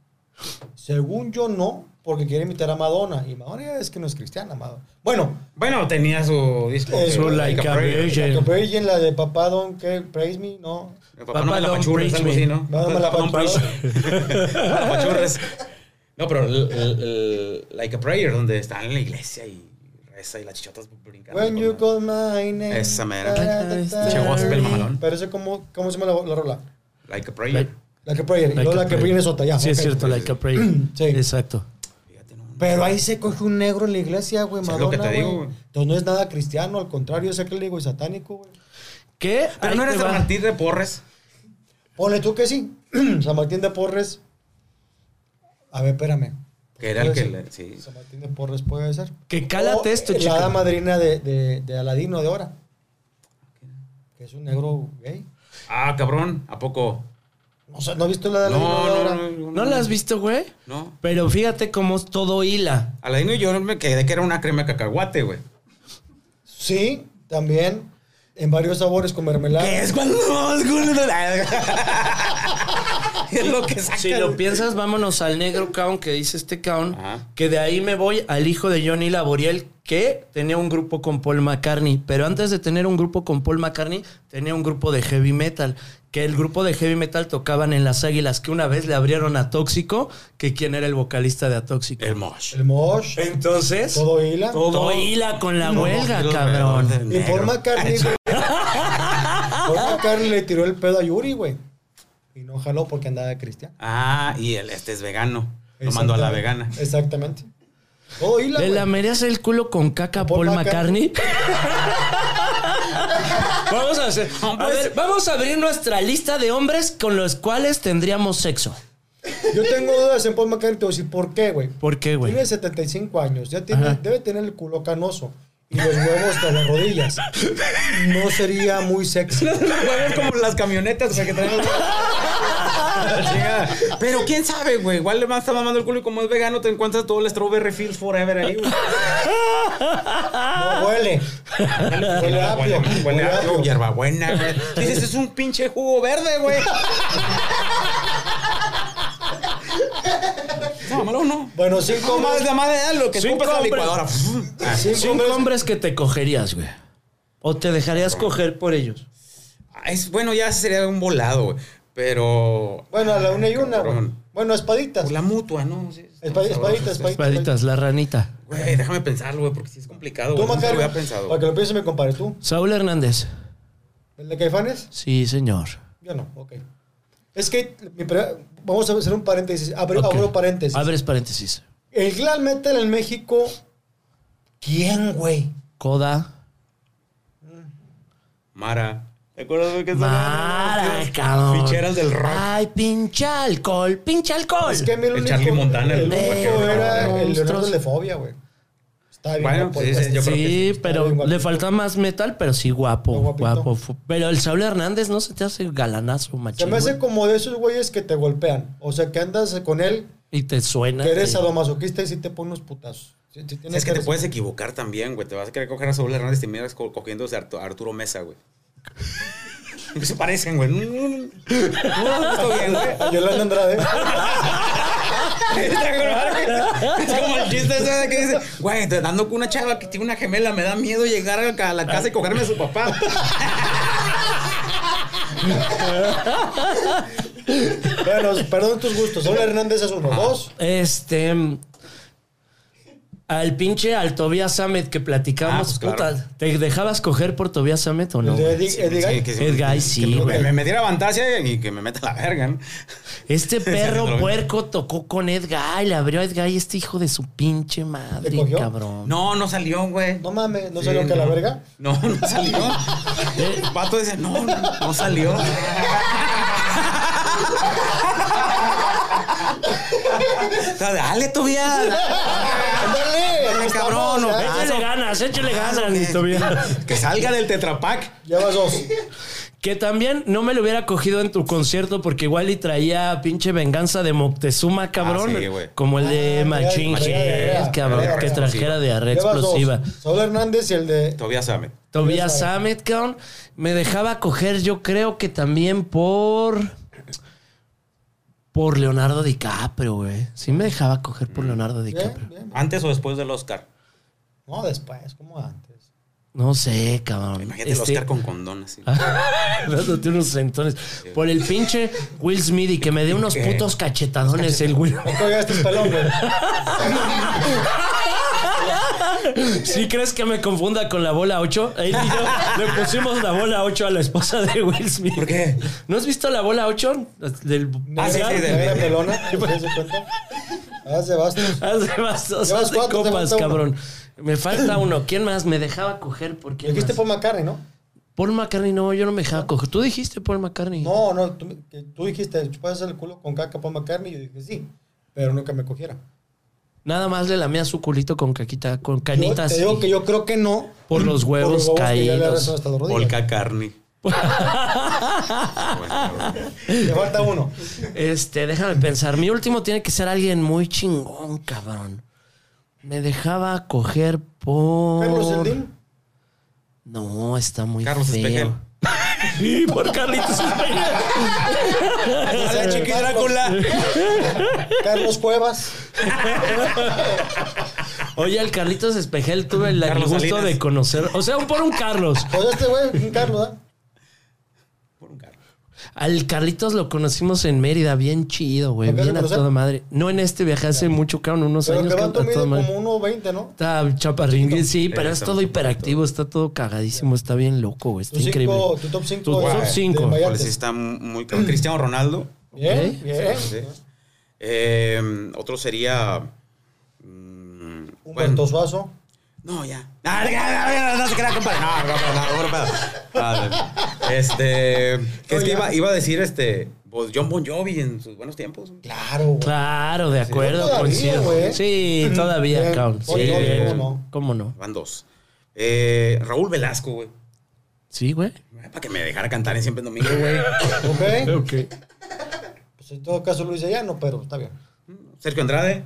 S3: Según yo, no, porque quiere imitar a Madonna. Y Madonna ya es que no es cristiana, Madonna. Bueno,
S4: Bueno, tenía su disco.
S3: Eh,
S2: Su
S3: Pero
S2: like a
S3: la que
S2: virgin.
S3: Virgin, la de papá Don, que praise me, no.
S4: El papá, no
S2: Papá
S4: me la
S2: Don't
S4: pachurres,
S2: Preach
S4: algo
S2: Me.
S4: así, ¿no?
S3: No, no me la
S4: Papá Don't
S3: pachurres.
S4: Preach. No me la pachurres. No, pero el, el- el Like a Prayer, donde están en la iglesia y reza y las chichotas brincando.
S3: When you
S4: con-
S3: call my name.
S4: Esa mera.
S3: Ta, ta, ta.
S4: Che, gospel, mamalón.
S3: Pero ese, ¿cómo, cómo se llama la, la rola?
S4: Like a Prayer.
S3: La que prayer. y luego la que prayer es otra, ya.
S2: Sí, es
S3: ok.
S2: cierto, like a prayer.
S3: Sí.
S2: Exacto.
S4: Fíjate, no.
S3: Pero ahí se coge un negro en la iglesia, güey,
S4: Sí, es
S3: Madonna,
S4: lo que te
S3: güey.
S4: digo, güey.
S3: Entonces no es nada cristiano, al contrario, es acrílico y satánico, güey.
S2: ¿Qué?
S4: Pero
S2: Ahí
S4: no
S2: te
S4: eres
S2: va.
S4: San Martín de Porres.
S3: Ponle tú que sí. San Martín de Porres. A ver, espérame.
S4: Que era el
S3: Puede
S4: que
S3: ser.
S4: le. Sí.
S3: San Martín de Porres puede ser.
S2: Que cálate
S3: O
S2: esto,
S3: La
S2: chico.
S3: madrina de, de, de Aladino de ahora. Que es un negro gay.
S4: Ah, cabrón, ¿a poco?
S3: O sea, ¿no has visto la de
S4: No,
S3: Aladino de
S4: no,
S3: ahora?
S4: no. no,
S2: ¿No la has visto, güey?
S4: No.
S2: Pero fíjate cómo es todo hila.
S4: Aladino y yo me quedé que era una crema de cacahuate, güey.
S3: Sí, también. En varios sabores con mermelada.
S4: ¿Qué es cuando vamos con la- Es lo que saca.
S2: Si lo piensas, vámonos al negro Kaun que dice este Kaun.
S4: Ajá.
S2: Que de ahí me voy al hijo de Johnny Laboriel, que tenía un grupo con Paul McCartney. Pero antes de tener un grupo con Paul McCartney, tenía un grupo de heavy metal. Que el grupo de heavy metal tocaban en las águilas, que una vez le abrieron a Tóxico, que quién era el vocalista de Atóxico.
S4: El mosh.
S3: El mosh.
S2: Entonces, todo,
S3: Todo hila.
S2: hila con la
S4: No,
S2: huelga,
S4: quiero
S2: cabrón.
S4: ver,
S3: Y
S4: negro. Ah,
S3: Paul McCartney, güey. Paul McCartney le tiró el pedo a Yuri, güey. Y no jaló porque andaba cristiano.
S4: Ah, y el, este es vegano. Lo mandó a la vegana.
S3: Exactamente. Oh, y la,
S2: ¿Le
S3: güey.
S2: lamerías el culo con caca a
S3: Paul
S2: Paul McCartney? vamos, a hacer, a ver, vamos a abrir nuestra lista de hombres con los cuales tendríamos sexo.
S3: Yo tengo dudas en Paul McCartney. Te voy a decir, ¿por qué, güey?
S2: ¿Por qué, güey?
S3: Tiene 75 años. Ya tiene, debe tener el culo canoso. Y los huevos de las rodillas. No sería muy sexy.
S4: Huevos como las camionetas, güey, que tenemos. Pero quién sabe, güey. Igual le está mamando el culo y como es vegano, te encuentras todo el strawberry fields forever ahí, güey.
S3: No huele. Huele a apio. Huele
S4: Huele
S3: a
S4: a
S3: apio.
S4: hierbabuena, güey. Dices, es un pinche jugo verde, güey. No, malo no.
S3: Bueno, cinco
S4: ¿Cómo
S3: más.
S4: es la madre? Ah, Lo que
S2: Cinco
S4: escupes a la
S2: hombres.
S4: licuadora. Ah,
S2: Cinco
S3: hombres.
S2: hombres que te cogerías, güey. O te dejarías coger por ellos.
S4: Ah, Es, bueno, ya sería un volado, güey. Pero.
S3: Bueno, a la una y una, güey.
S4: Cabrón.
S3: Bueno, espaditas.
S4: Por la mutua, ¿no? Sí, está
S3: Espadi-
S4: sabroso,
S3: espaditas,
S4: está-
S3: espaditas.
S2: Espaditas, la ranita.
S4: Güey, déjame pensarlo, güey, porque sí es complicado.
S3: Tú,
S4: güey. Nunca
S3: Macario,
S4: lo había pensado.
S3: Para que lo piense, me compares tú.
S2: Saúl Hernández.
S3: ¿El de Caifanes?
S2: Sí, señor.
S3: Yo no, ok. Es que mi pre- vamos a hacer un paréntesis. Abro,
S2: Ok.
S3: abro paréntesis.
S2: Abres paréntesis.
S3: El glam metal en México, ¿quién, güey?
S2: Coda.
S4: Mara. ¿Te acuerdas de que
S2: Mara, cabrón.
S4: Ficheras del rock.
S2: Ay, pinche alcohol, pinche alcohol.
S3: Es que a mí
S4: El Charlie Montana,
S3: el
S4: el
S3: único
S2: vaquero.
S3: era el Leonardo
S2: Monstruos.
S3: de Fobia, güey. Está bien.
S4: Bueno,
S3: guapo,
S4: sí,
S3: güey.
S4: sí, yo creo que
S2: sí,
S4: sí.
S2: pero
S3: Está bien
S2: le
S3: guapito.
S2: falta más metal, pero sí guapo,
S3: Está guapito.
S2: guapo. Fu- Pero el Saúl Hernández no se te hace galanazo,
S3: Se
S2: machín.
S3: me hace
S2: güey?
S3: como de esos güeyes que te golpean. O sea, que andas con él,
S2: Y te suena.
S3: que eres
S2: te-
S3: sadomasoquista y sí te pone unos putazos. Sí, sí
S4: O
S3: tienes
S4: sea, es que te
S3: res-
S4: puedes equivocar también, güey. Te vas a querer coger a Saúl Hernández y terminas co- cogiéndose a Artu- a Arturo Mesa, güey. Se parecen, güey. No, no, no. No, no, está bien, güey.
S3: A Ah, Yolanda Andrade.
S4: Es como el chiste ese de que dice, güey, te dando con una chava que tiene una gemela, me da miedo llegar a la casa y cogerme a su papá.
S3: bueno, perdón tus gustos. Hola Hernández es uno.
S4: Ah,
S3: Dos.
S2: Este. mm, Al pinche al Tobias Samet que platicamos.
S4: Ah, pues, claro.
S2: puta, ¿Te dejabas coger por Tobias Samet o no?
S3: El de
S2: güey?
S3: Eddie- Eddie Guy.
S4: que
S2: Ed Guy, sí,
S4: que
S2: güey.
S4: me, me metiera fantasía y que me meta la verga, ¿no?
S2: Este perro
S4: Lo-
S2: puerco tocó con Edgar, le abrió a Edgar y este hijo de su pinche
S3: ¿Le
S2: madre,
S3: cogió?
S2: cabrón.
S4: No, no salió, güey.
S3: No mames, no
S4: Sí,
S3: salió que la
S4: no.
S3: verga.
S4: No, no salió. El pato dice, no, no, no salió. O sea, Dale, Tobias.
S3: ¡Ándale!
S4: Dale, Ah, cabrón,
S3: Estamos,
S4: no,
S3: ya.
S2: Échale ganas,
S3: Ah,
S2: échale ganas, mi Tobias.
S4: Que salga del tetrapac.
S3: Llevas dos.
S2: Que también no me lo hubiera cogido en tu concierto porque igual y traía pinche venganza de Moctezuma, cabrón.
S4: Ah, sí, güey.
S2: como el de
S3: Ah,
S2: Machín
S3: diarrea, diarrea,
S2: Head, cabrón,
S3: diarrea
S2: que
S3: explosiva.
S2: trajera diarrea
S3: Llevas
S2: explosiva.
S3: dos. Saúl Hernández y el de.
S4: Tobias sabe.
S2: Tobias Samet, cabrón, me dejaba coger, yo creo que también por. Por Leonardo DiCaprio, güey. Sí me dejaba coger
S4: Mm.
S2: por Leonardo
S3: Bien,
S2: DiCaprio.
S3: bien.
S4: Antes o después del Oscar.
S3: No, después, como antes.
S2: No sé, cabrón.
S4: Imagínate el
S2: Este-
S4: Oscar con condón así.
S2: Dándote unos centones. Por el pinche Will Smith y que me dé unos putos cachetadones el Will.
S3: No todavía estás pelón, güey.
S2: ¿Sí crees que me confunda con la bola 8? Él y yo le pusimos la bola 8 a la esposa de Will Smith.
S4: ¿Por qué?
S2: ¿No has visto la bola 8? Del...
S3: Ah, sí, sí, pues.
S4: del-
S3: de
S4: del-
S3: pelona. ¿Se cuenta? Ah, se basta.
S2: Hace más dos
S3: Llevas
S2: hace
S3: cuatro, te
S2: copas,
S3: falta uno.
S2: cabrón. Me falta uno. ¿Quién más? Me dejaba coger por quién
S3: Dijiste
S2: más?
S3: por McCartney, ¿no?
S2: Paul McCartney, no, yo no me dejaba coger. ¿Tú dijiste Paul McCartney?
S3: No, no, tú, que tú dijiste, chupas el culo con caca por McCartney. Y yo dije, sí, pero nunca me cogiera.
S2: Nada más le lamía su culito con caquita, con
S3: Yo
S2: canitas.
S3: te digo
S2: y-
S3: que yo creo que no.
S2: Por los
S3: por
S2: huevos
S3: los huevos que ya le
S2: caídos.
S3: arrastró hasta las rodillas.
S4: Polka Carney.
S3: Le falta uno.
S2: Este, déjame pensar. Mi último tiene que ser alguien muy chingón, cabrón. Me dejaba coger por.
S3: Carlos Slim.
S2: No, está muy
S4: Carlos
S2: feo.
S4: Espejel.
S2: Sí, por Carlitos Espejel.
S4: Hola, chiqui Drácula.
S3: Carlos Cuevas.
S2: Oye, al Carlitos Espejel tuve el
S4: Carlos
S2: gusto
S4: Salinas.
S2: de conocer. O sea, un- por un Carlos.
S3: Pues este güey, un Carlos, ¿ah?
S4: Por un Carlos.
S2: Al Carlitos lo conocimos en Mérida, bien chido, güey.
S3: ¿Lo acabas de
S2: Bien a
S3: conocer?
S2: toda madre. No en este viaje hace mucho, cabrón, unos
S3: Pero
S2: años.
S3: que
S2: cabrón,
S3: vato
S2: a
S3: mide
S2: toda madre.
S3: como 1.20, ¿no?
S2: Está chaparrín, sí, pero es
S4: está
S2: todo
S4: muy
S2: hiperactivo, está todo cagadísimo, está bien loco, güey. Está
S3: Tu
S2: increíble.
S3: cinco- tu top 5.
S2: Tu top cinco.
S4: Pues sí está muy... Cristiano Ronaldo.
S3: Bien,
S2: Ok.
S3: bien.
S4: Sí. Eh, otro sería... mm,
S3: Un
S4: bueno,
S3: bueno. Suazo.
S4: No, ya. No, no, no, no, no se crea, compadre. No, no, no, no, no, no, no. Este. Que es que iba, iba a decir este. pues, John Bon Jovi en sus buenos tiempos.
S3: Claro, güey.
S2: Claro, de acuerdo,
S3: Todavía,
S2: concierto.
S3: güey.
S2: Sí, todavía,
S3: Bien.
S2: cabrón. Sí,
S3: Oye, oye,
S2: bien.
S3: ¿cómo no?
S2: ¿Cómo no?
S4: Van dos. Eh, Raúl Velasco, güey.
S2: Sí, güey.
S4: Para que me dejara cantar en siempre en domingo, güey.
S3: Ok.
S2: Ok.
S3: Pues en todo caso Luis Ayano, pero está bien.
S4: Sergio Andrade.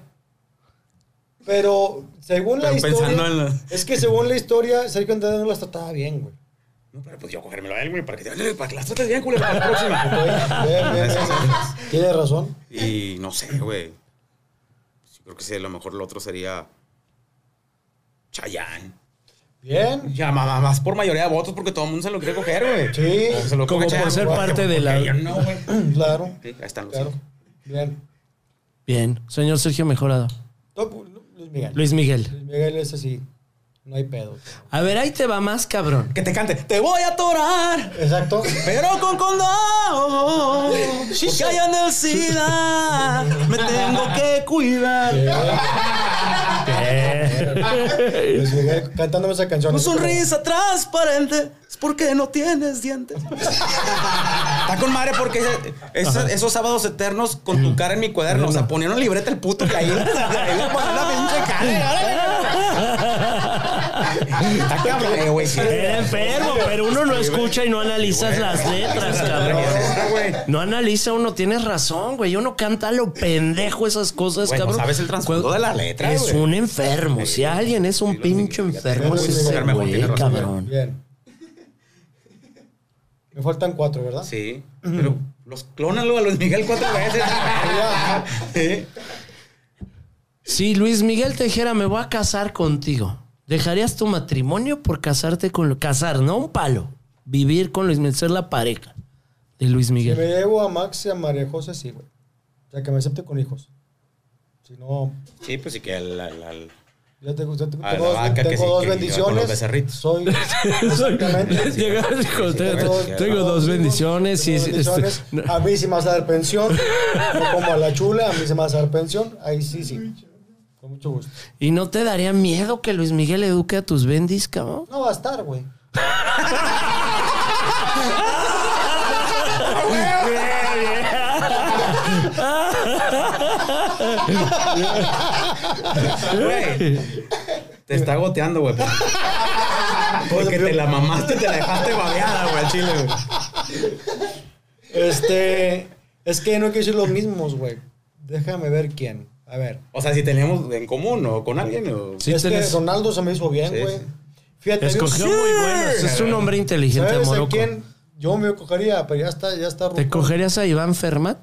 S3: Pero según la
S4: Pero
S3: historia.
S4: pensando en la-
S3: Es que según la historia, Sergio Andrade no las trataba bien, güey.
S4: No, pero pues yo cogérmelo a él, güey, para que, te- para que las trates bien, culero, para la próxima.
S3: Bien, bien, bien. Tiene razón.
S4: Y no sé, güey. Yo creo que sí, a lo mejor lo otro sería. Chayanne.
S3: Bien.
S4: Ya, mamá, más por mayoría de votos porque todo el mundo se lo quiere coger, güey.
S3: Sí.
S4: O se lo
S2: Como
S4: coge
S2: por
S4: Chayanne,
S2: ser
S4: güey,
S2: parte
S4: porque
S2: de la-
S4: yo no, güey.
S3: Claro.
S4: Sí, ahí están los
S3: Claro.
S4: cinco.
S3: Bien.
S2: Bien, señor Sergio Mejorado.
S3: Top, Luis Miguel.
S2: Luis Miguel.
S3: Luis Miguel es así. No hay pedo.
S2: A ver, ahí te va más, cabrón.
S6: Que te cante, te voy a atorar,
S3: Exacto.
S6: pero con condón. Porque allá en el SIDA me tengo que cuidar.
S3: Bien. Luis Miguel cantándome esa canción.
S6: Con sonrisa transparente es porque no tienes dientes.
S4: Está con madre porque ese- esa- esos sábados eternos con tu cara en mi cuaderno, o sea, ponían una libreta el puto y ahí, ahí le ponían la pinche cara. Está cabrón, güey. sí.
S2: Era enfermo, pero uno no escucha y no analizas las letras, cabrón.
S4: Esa, güey.
S2: No analiza uno, tienes razón, güey. Uno canta lo pendejo esas cosas,
S4: Güey, no
S2: cabrón.
S4: sabes el trasfondo de la letra,
S2: Es
S4: güey.
S2: un enfermo. Si alguien es un pinche enfermo, es
S3: Luis Miguel.
S2: ese
S3: Mejor,
S2: güey,
S4: tienes razón,
S2: cabrón.
S3: Bien. Me faltan cuatro, ¿verdad?
S4: Sí, pero los clónalo a Luis Miguel cuatro veces. Sí.
S2: Si Luis Miguel te dijera, me voy a casar contigo, ¿dejarías tu matrimonio por casarte con... Lu- Casar, no un palo. Vivir con Luis Miguel, ser la pareja de Luis
S3: Si
S2: Miguel.
S3: me llevo a Max y a María José, sí, güey. O sea, que me acepte con hijos. Si no,
S4: Sí, pues sí que al- al- al-
S3: ya te ya te-
S4: A la
S3: tengo dos,
S4: vaca que
S3: tengo
S4: sí,
S3: dos
S4: que iba con los
S3: bendiciones.
S4: becerritos.
S3: soy. Exactamente.
S2: Llegar y contestar,
S4: tengo-
S2: tengo dos bendiciones y...
S3: tengo dos bendiciones.
S2: este, no.
S3: A mí sí me vas a dar pensión. No como a la chula, a mí se me vas a dar pensión. Ahí sí, sí. Con mucho gusto.
S2: ¿Y no te daría miedo que Luis Miguel eduque a tus bendis, cabrón?
S3: No va a estar, güey.
S4: Güey, te está goteando, güey. Porque te la mamaste y te la dejaste babeada, güey, al chile, güey.
S3: Este. Es que no quiero decir los mismos, güey. Déjame ver quién. A ver.
S4: O sea, si tenemos en común o con alguien o...
S2: Sí,
S3: es
S2: tenés-
S3: que Ronaldo se me hizo bien,
S4: Sí,
S3: güey.
S4: sí.
S3: Fíjate.
S2: Escogió muy buenos. Es un hombre inteligente,
S3: ¿Sabes a
S2: amoroco.
S3: quién? Yo me cogería, pero ya está, ya está.
S2: ¿Te
S3: ruco.
S2: cogerías a Iván Fermat?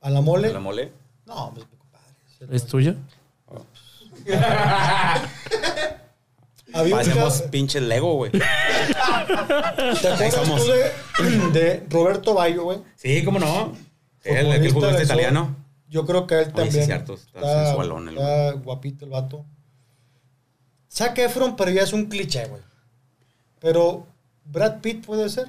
S3: ¿A la mole?
S4: ¿La mole?
S3: No, pues, mi compadre.
S2: ¿Es tuyo?
S3: Había un
S4: Hacemos
S3: ca-
S4: pinche Lego, güey.
S3: ¿Te acuerdas
S4: somos.
S3: tú de, de Roberto Bayo, güey?
S4: Sí, ¿cómo no? El, el que
S3: Futbolista
S4: jugó este
S3: del Sol.
S4: italiano.
S3: Yo creo que él también.
S4: sí, cierto, está sensualón el
S3: está guapito el vato. Zac Efron, pero ya es un cliché, güey. Pero Brad Pitt puede ser.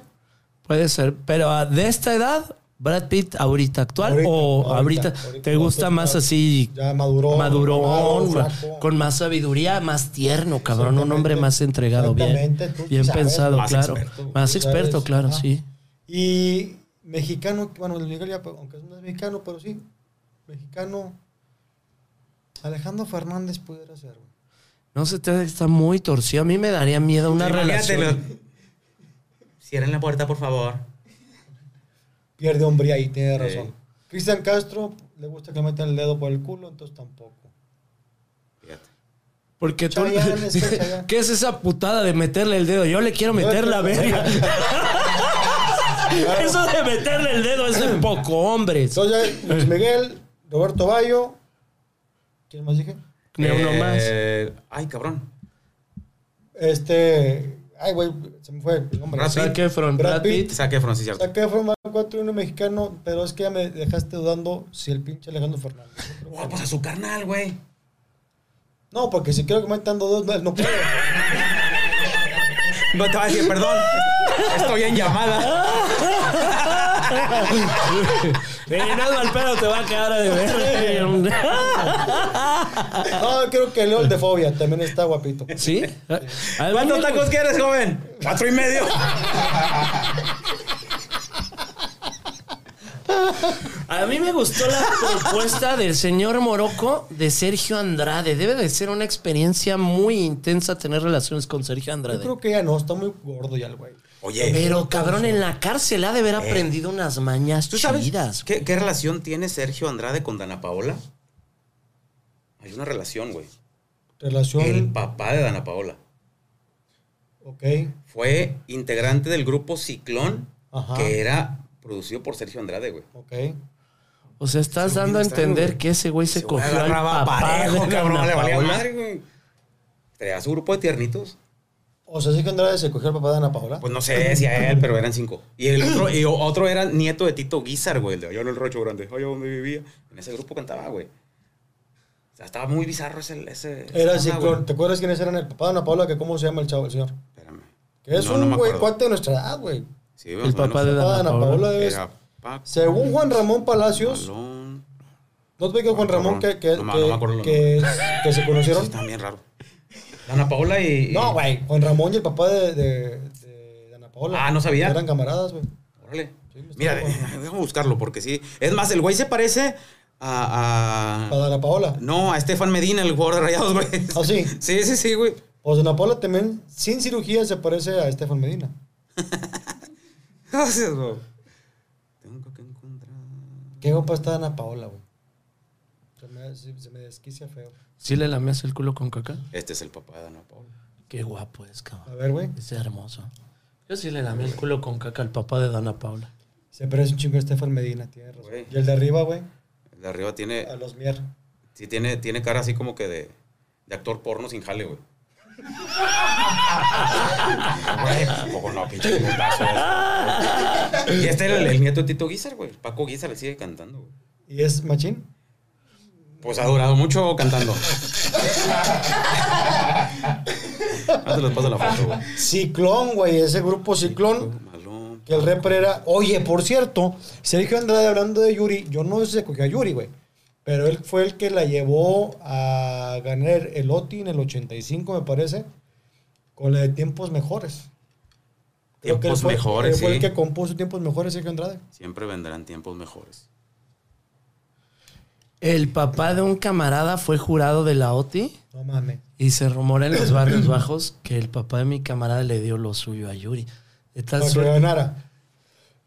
S2: Puede ser. Pero ah, de esta edad, Brad Pitt, ahorita actual
S3: Ahorita,
S2: o ahorita,
S3: ahorita, ahorita,
S2: te gusta
S3: ahorita,
S2: más
S3: claro.
S2: así
S3: Ya maduró.
S2: madurón,
S3: mamado,
S2: ma-
S3: flaco.
S2: con más sabiduría, más tierno, cabrón, un
S3: Exactamente.
S2: hombre más entregado, bien,
S3: Exactamente, tú
S2: bien
S3: sabes.
S2: pensado,
S4: Más
S2: claro,
S4: experto.
S2: más
S3: Tú
S2: experto,
S3: sabes, Ah,
S2: claro,
S3: ajá.
S2: sí.
S3: Y mexicano, bueno, Luis Miguel ya, pues, aunque no es mexicano, pero sí, mexicano. Alejandro Fernández pudiera ser, güey.
S2: No se te está muy torcido. A mí me daría miedo una
S4: Imagínate,
S2: relación.
S4: lo- Cierren la puerta, por favor.
S3: Pierde hombre ahí, tiene
S4: Sí.
S3: razón. Cristian Castro le gusta que le metan el dedo por el culo, entonces tampoco.
S4: Fíjate.
S2: Porque tú.
S3: Chayanne, es que Chayanne.
S2: ¿Qué es esa putada de meterle el dedo? Yo le quiero meter la verga. Eso de meterle el dedo es de poco hombres.
S3: Entonces, ya Luis Miguel, Roberto Bayo. ¿Quién más dije?
S2: Ni uno más.
S4: Eh, Ay, cabrón.
S3: Este. Ay, güey, se me fue el nombre.
S4: Brad
S2: Zac Efron, Brad Pitt.
S4: Saque Efron, sí, cierto.
S3: Zac Efron, Brad 4 1 mexicano, pero es que ya me dejaste dudando si el pinche Alejandro Fernández.
S4: Güey, pues a su carnal, güey.
S3: No, porque si quiero que metan dos, no, no puedo.
S4: No te va a decir, perdón. Estoy en llamada.
S5: Y nada mal pedo te va a quedar de ver.
S3: No, creo que Leo el de Fobia también está guapito.
S5: ¿Sí?
S4: ¿Cuántos tacos quieres, joven? Cuatro y medio.
S2: A mí me gustó la propuesta del señor Morocco de Sergio Andrade. Debe de ser una experiencia muy intensa tener relaciones con Sergio
S3: Yo
S2: Andrade.
S3: creo que ya no, está muy gordo ya el güey.
S4: Oye,
S2: Pero cabrón, en la cárcel ha de haber aprendido unas mañas
S4: Eh. ¿tú sabes
S2: chidas.
S4: qué, qué relación tiene Sergio Andrade con Dana Paola? Hay una relación, güey.
S3: Relación.
S4: El papá de Dana Paola
S3: Ok.
S4: fue integrante del grupo Ciclón,
S3: Ajá.
S4: que era producido por Sergio Andrade, güey.
S3: Ok.
S2: O sea, estás dando a entender que ese güey se cogió al
S4: Agarraba
S2: papá
S4: parejo,
S2: de
S4: cabrón,
S2: Ana
S4: le valía
S2: Paola.
S4: madre, güey. Traía su grupo de tiernitos.
S3: O sea, sí que Andrade se cogió al papá de Ana Paola.
S4: Pues no sé si a él, pero eran cinco. Y el otro, y otro era nieto de Tito Guizar, güey, el de Allá en el Rocho Grande. Allá donde vivía. En ese grupo cantaba, güey. O sea, estaba muy bizarro ese. ese
S3: Era así,
S4: esa onda,
S3: con-
S4: güey.
S3: ¿te acuerdas quiénes eran el papá de Ana Paola? Que cómo se llama el chavo, el señor.
S4: Espérame.
S3: Que es
S4: No, no
S3: un
S4: me
S3: güey
S4: acuerdo.
S3: cuate de nuestra edad, güey.
S4: Sí,
S2: El papá de
S3: Papá de
S2: Dana
S3: Ana
S2: Paola.
S3: Paola es.
S4: Era Paco,
S3: Según Juan Ramón Palacios,
S4: Balón.
S3: ¿no te digo Juan Ramón que, que,
S4: No me- no me acuerdo
S3: que,
S4: los
S3: que, que se
S4: Eso
S3: conocieron?
S4: está bien raro. Dana Paola y. y-
S3: No, güey. Juan Ramón y el papá de, de, de Ana Paola.
S4: Ah, no sabía.
S3: Eran camaradas, güey.
S4: Órale.
S3: Sí, me está
S4: Mira,
S3: acordando.
S4: déjame buscarlo porque sí. Es más, el güey se parece a. a-
S3: Para Ana Paola.
S4: no, a Estefan Medina, el jugador de rayados, güey.
S3: ¿Ah, sí?
S4: Sí, sí, sí, güey.
S3: O sea, Ana Paola también, sin cirugía, se parece a Estefan Medina.
S4: Gracias, güey. Tengo que encontrar.
S3: Qué guapa está Ana Paola, güey. Se me, se, se me desquicia feo.
S2: ¿Sí le lamías el culo con caca?
S4: Este es el papá de Ana Paula.
S2: Qué guapo es, cabrón.
S3: A ver, güey.
S2: Es hermoso. Yo sí le lamé el culo con caca al papá de Dana Paula.
S3: Se parece un chingo a Estefan Medina, tiene razón.
S4: Güey.
S3: Y el de arriba, güey,
S4: El de arriba tiene,
S3: a los Mier.
S4: sí tiene, tiene cara así como que de, de actor porno sin jale, güey. Güey, tampoco no, pinche putazo. Y este era el, el nieto de Tito Guizar, güey. Paco Guizar le sigue cantando, güey.
S3: ¿Y es machín?
S4: Pues ha durado mucho cantando. Ah, te los paso la foto, güey.
S3: Ciclón, güey, ese grupo Ciclón.
S4: Malón.
S3: Que el rapper era, oye, por cierto, Sergio Andrade hablando de Yuri, yo no sé cogió a Yuri, güey. Pero él fue el que la llevó a ganar el OTI en el 85, me parece, con la de Tiempos Mejores. Creo que él
S4: Tiempos
S3: fue-
S4: mejores,
S3: él Fue
S4: sí.
S3: el que compuso Tiempos Mejores, Sergio Andrade.
S4: Siempre vendrán tiempos mejores.
S2: El papá de un camarada fue jurado de la OTI
S3: No mames.
S2: y se rumora en los barrios bajos que el papá de mi camarada le dio lo suyo a Yuri. De tal
S3: Para que
S2: suerte-
S3: ganara.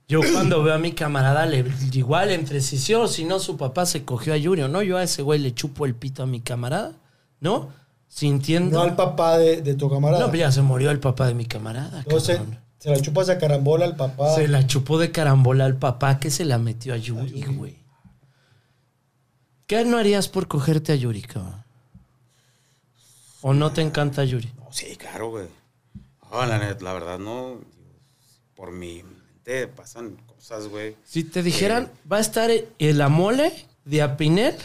S2: Yo cuando veo a mi camarada, le, igual entre si sí o si no, su papá se cogió a Yuri o no, yo a ese güey le chupo el pito a mi camarada, ¿no? Sintiendo...
S3: No al papá de, de tu camarada.
S2: No, pues ya se murió el papá de mi camarada.
S3: Entonces,
S2: cabrón.
S3: se la chupas a carambola al papá.
S2: Se la chupó de carambola al papá que se la metió a Yuri, güey. ¿Qué no harías por cogerte a Yuri, cabrón? ¿O no te encanta Yuri?
S4: No, Pues sí, claro, güey. Ah, la, net- la verdad, no. Por mi mente pasan cosas, güey.
S2: Si te dijeran, va a estar el amole de Apinel,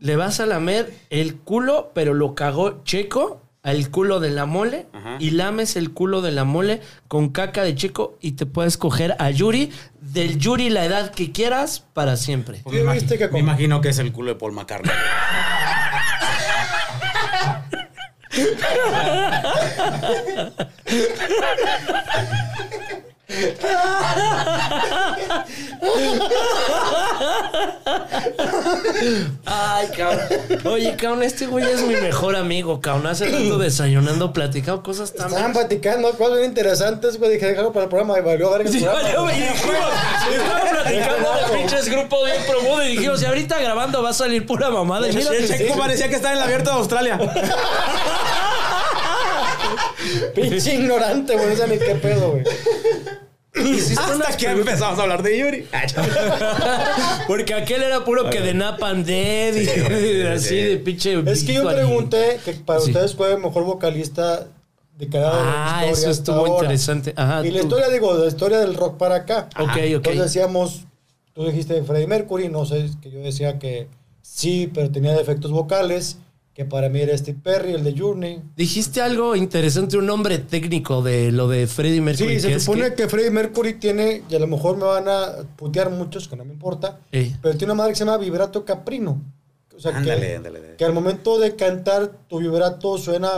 S2: le vas a lamer el culo, pero lo cagó Checo al culo de la mole
S4: Ajá.
S2: y lames el culo de la mole con caca de Checo y te puedes coger a Yuri, del Yuri la edad que quieras, para siempre.
S4: Pues me, imagi-
S3: viste que
S4: me
S3: con-
S4: imagino que es el culo de Paul McCartney.
S2: Ay, cabrón. Oye, cabrón, este güey es mi mejor amigo, cabrón. Hace rato desayunando, platicado cosas tan...
S3: Estaban platicando cosas bien interesantes, güey. Dije, déjalo para el programa. Y valió verga el
S2: Sí,
S3: programa.
S2: valió, güey, dijimos, estábamos platicando de pinches grupos bien promudo y dijimos, si ahorita grabando va a salir pura mamada. Y mira,
S6: El checo
S3: sí.
S6: parecía que estaba en el abierto de Australia.
S3: Pinche ignorante, güey. No sé ni qué pedo, güey.
S2: hiciste unas
S6: Hasta que
S2: preguntas.
S6: empezamos a hablar de Yuri.
S4: Ah,
S2: Porque aquel era puro que de Napan Dead y así de pinche.
S3: Es que yo
S2: visual.
S3: pregunté que para
S2: Pues Sí.
S3: ustedes fue el mejor vocalista de cada
S2: Ah,
S3: historia
S2: eso
S3: hasta
S2: estuvo
S3: ahora.
S2: interesante. Ajá,
S3: Y
S2: tú.
S3: la
S2: Ah,
S3: historia, digo, la historia del rock para acá.
S2: Ok, ok.
S3: Entonces decíamos, tú dijiste Freddie Mercury, no sé, que yo decía que sí, pero tenía defectos vocales, que para mí era Steve Perry, el de Journey.
S2: Dijiste algo interesante, un nombre técnico de lo de Freddie Mercury.
S3: Sí,
S2: que
S3: se
S2: es
S3: supone
S2: que-
S3: que... Freddie Mercury tiene, y a lo mejor me van a putear muchos, que no me importa,
S2: Eh.
S3: pero tiene una madre que se llama vibrato caprino. O sea,
S4: Ándale,
S3: que,
S4: ándale.
S3: que al momento de cantar tu vibrato suena...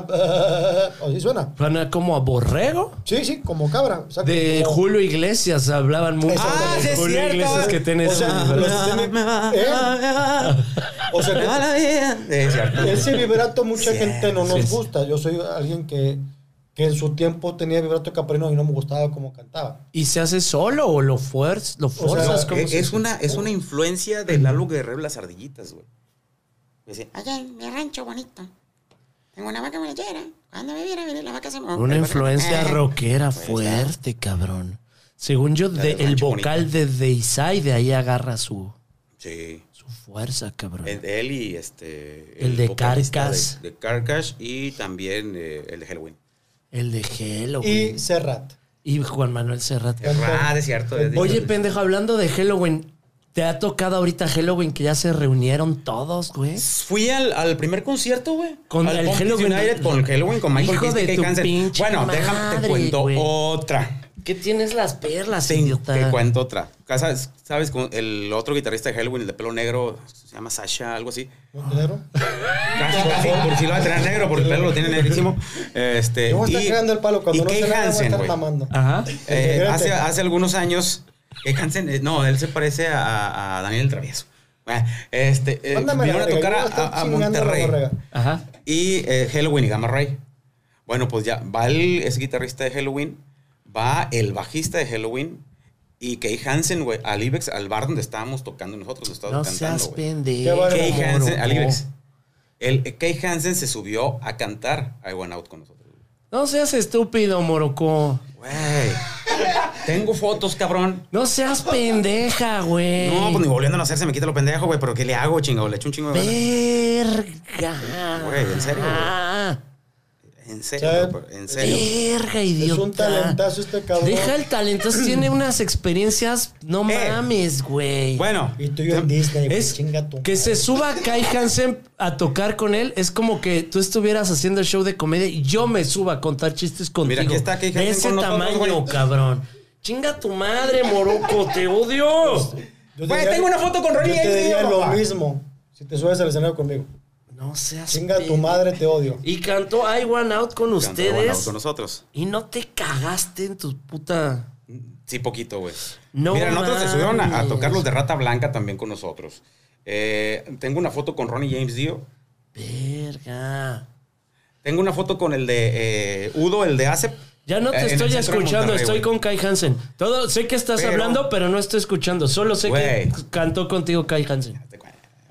S3: Así suena.
S2: Suena como a borrego.
S3: Sí, sí, como cabra. o sea,
S2: De
S3: como-
S2: Julio Iglesias hablaban mucho.
S3: Ah,
S2: de
S6: sí es
S2: Julio
S6: cierto.
S2: Iglesias que tiene
S3: O sea,
S2: esa-
S3: los que tienen- ¿Eh? O sea, que-
S4: Es cierto.
S3: Ese vibrato mucha
S4: Sí,
S3: gente no
S2: sí,
S3: nos
S2: sí.
S3: gusta. Yo soy alguien que, que en su tiempo tenía vibrato caprino y no me gustaba cómo cantaba.
S2: ¿Y se hace solo o lo, fuerz- lo fuerzas?
S3: sea, eh,
S2: ¿Cómo
S4: Eh, Es,
S2: se-
S4: es una, es una influencia de Lalo Guerrero y las ardillitas, güey. Dice, "Ah,
S7: Allá en mi rancho bonito. Tengo una vaca bonillera. Cuando me viera venir, la vaca se mo-
S2: Una influencia
S7: Eh,
S2: rockera fuerte, cabrón. Según yo, de-
S4: del
S2: el
S4: rancho
S2: vocal de Deisai de ahí agarra su,
S4: sí.
S2: su fuerza, cabrón.
S4: El de él y este.
S2: El de
S4: vocalista
S2: Carcass.
S4: De, de Carcass y también eh, el de Halloween.
S2: El de Halloween.
S3: Y Eh, Serrat.
S2: Y, Juan Manuel Serrat.
S4: Ah, es cierto.
S3: eh,
S4: es de-
S2: Oye, pendejo, hablando de Halloween, ¿te ha tocado ahorita Halloween que ya se reunieron todos, güey?
S4: Fui al, al primer concierto, güey.
S2: Con
S4: Al
S2: el
S4: Pumpkins
S2: Halloween.
S4: United, con el Halloween, con Michael
S2: Hijo
S4: Kiske,
S2: de
S4: Kay
S2: tu
S4: Hansen.
S2: pinche
S4: Bueno, déjame
S2: madre,
S4: te cuento
S2: güey.
S4: otra.
S2: ¿Qué tienes las perlas,
S4: Te,
S2: idiota?
S4: te cuento otra. ¿Sabes, sabes con el otro guitarrista de Halloween, el de pelo negro, se llama Sasha, algo así?
S3: ¿Montenegro?
S4: Casi, casi, por si lo va a tener negro, porque el pelo lo tiene negrísimo. Este,
S3: Yo voy a estar
S4: y-
S3: cagando el palo cuando
S4: y
S3: no
S4: Kay
S3: sé nada, voy a
S4: Hansen,
S3: estar
S4: güey.
S3: mamando.
S2: Ajá.
S4: Eh,
S3: Espérate.
S4: hace, hace algunos años, Kay Hansen, eh, no, él se parece a, a Daniel el Travieso. Bueno, este, eh,
S3: Mándame la
S4: vinieron a
S3: verga,
S4: tocar
S3: yo
S4: a,
S3: voy a estar
S4: a- a
S3: chingando la
S4: Monterrey.
S3: borrega.
S2: Ajá.
S4: Y eh, Halloween y Gamma Ray. Bueno, pues ya va el es guitarrista de Halloween, va el bajista de Halloween y Kay Hansen, güey, al Ibex, al bar donde estábamos tocando nosotros, donde
S2: No
S4: estábamos
S2: seas
S4: cantando, güey.
S2: pendejo.
S3: Qué bárbaro.
S4: Kay
S2: moro,
S4: Hansen, al
S2: no.
S4: Ibex. El eh, Kay Hansen se subió a cantar I Went Out con nosotros.
S2: No seas estúpido, moroco.
S4: Güey. Tengo fotos, cabrón.
S2: No seas pendeja, güey.
S4: No, pues ni volviendo a hacer, se me quita lo pendejo, güey, pero ¿qué le hago, chingado? Le echo un chingo de ganas.
S2: Verga.
S4: Güey, ¿en serio, En serio,
S3: ¿Saben?
S4: güey, en serio.
S2: Verga, idiota.
S3: Es un talentazo este cabrón.
S2: Deja el talento, tiene unas experiencias, no
S4: Eh.
S2: mames, güey.
S4: Bueno,
S3: Y tú y yo en Disney, güey,
S2: Es
S3: chinga tu
S2: que se suba Kai Hansen a tocar con él. Es como que tú estuvieras haciendo el show de comedia y yo me suba a contar chistes contigo.
S4: Mira, aquí está Kai Hansen
S2: De ese
S4: con nosotros,
S2: tamaño,
S4: güey.
S2: cabrón. Chinga tu madre, moroco, te odio.
S3: Yo
S4: Güey,
S3: diría-
S4: tengo una foto con Ronnie
S3: Yo te
S4: James
S3: diría
S4: Dio,
S3: lo
S4: papá.
S3: mismo si te subes al escenario conmigo.
S2: No seas.
S3: Chinga tu
S2: pe-
S3: madre, te odio.
S2: Y cantó I One Out con
S4: cantó I Went Out
S2: ustedes.
S4: con nosotros.
S2: Y no te cagaste en tu puta.
S4: Sí, poquito, güey.
S2: No
S4: Mira, nosotros se subieron a, a
S2: mames.
S4: tocar los de Rata Blanca también con nosotros. Eh, tengo una foto con Ronnie James Dio.
S2: Verga.
S4: Tengo una foto con el de eh, Udo, el de ACEP.
S2: Ya no
S4: Eh,
S2: te
S4: en el
S2: estoy
S4: centro de
S2: escuchando,
S4: Monterrey,
S2: estoy
S4: güey.
S2: con Kai Hansen. Todo, sé que estás
S4: Pero-
S2: hablando, pero no estoy escuchando. Solo sé
S4: Güey.
S2: que cantó contigo Kai Hansen.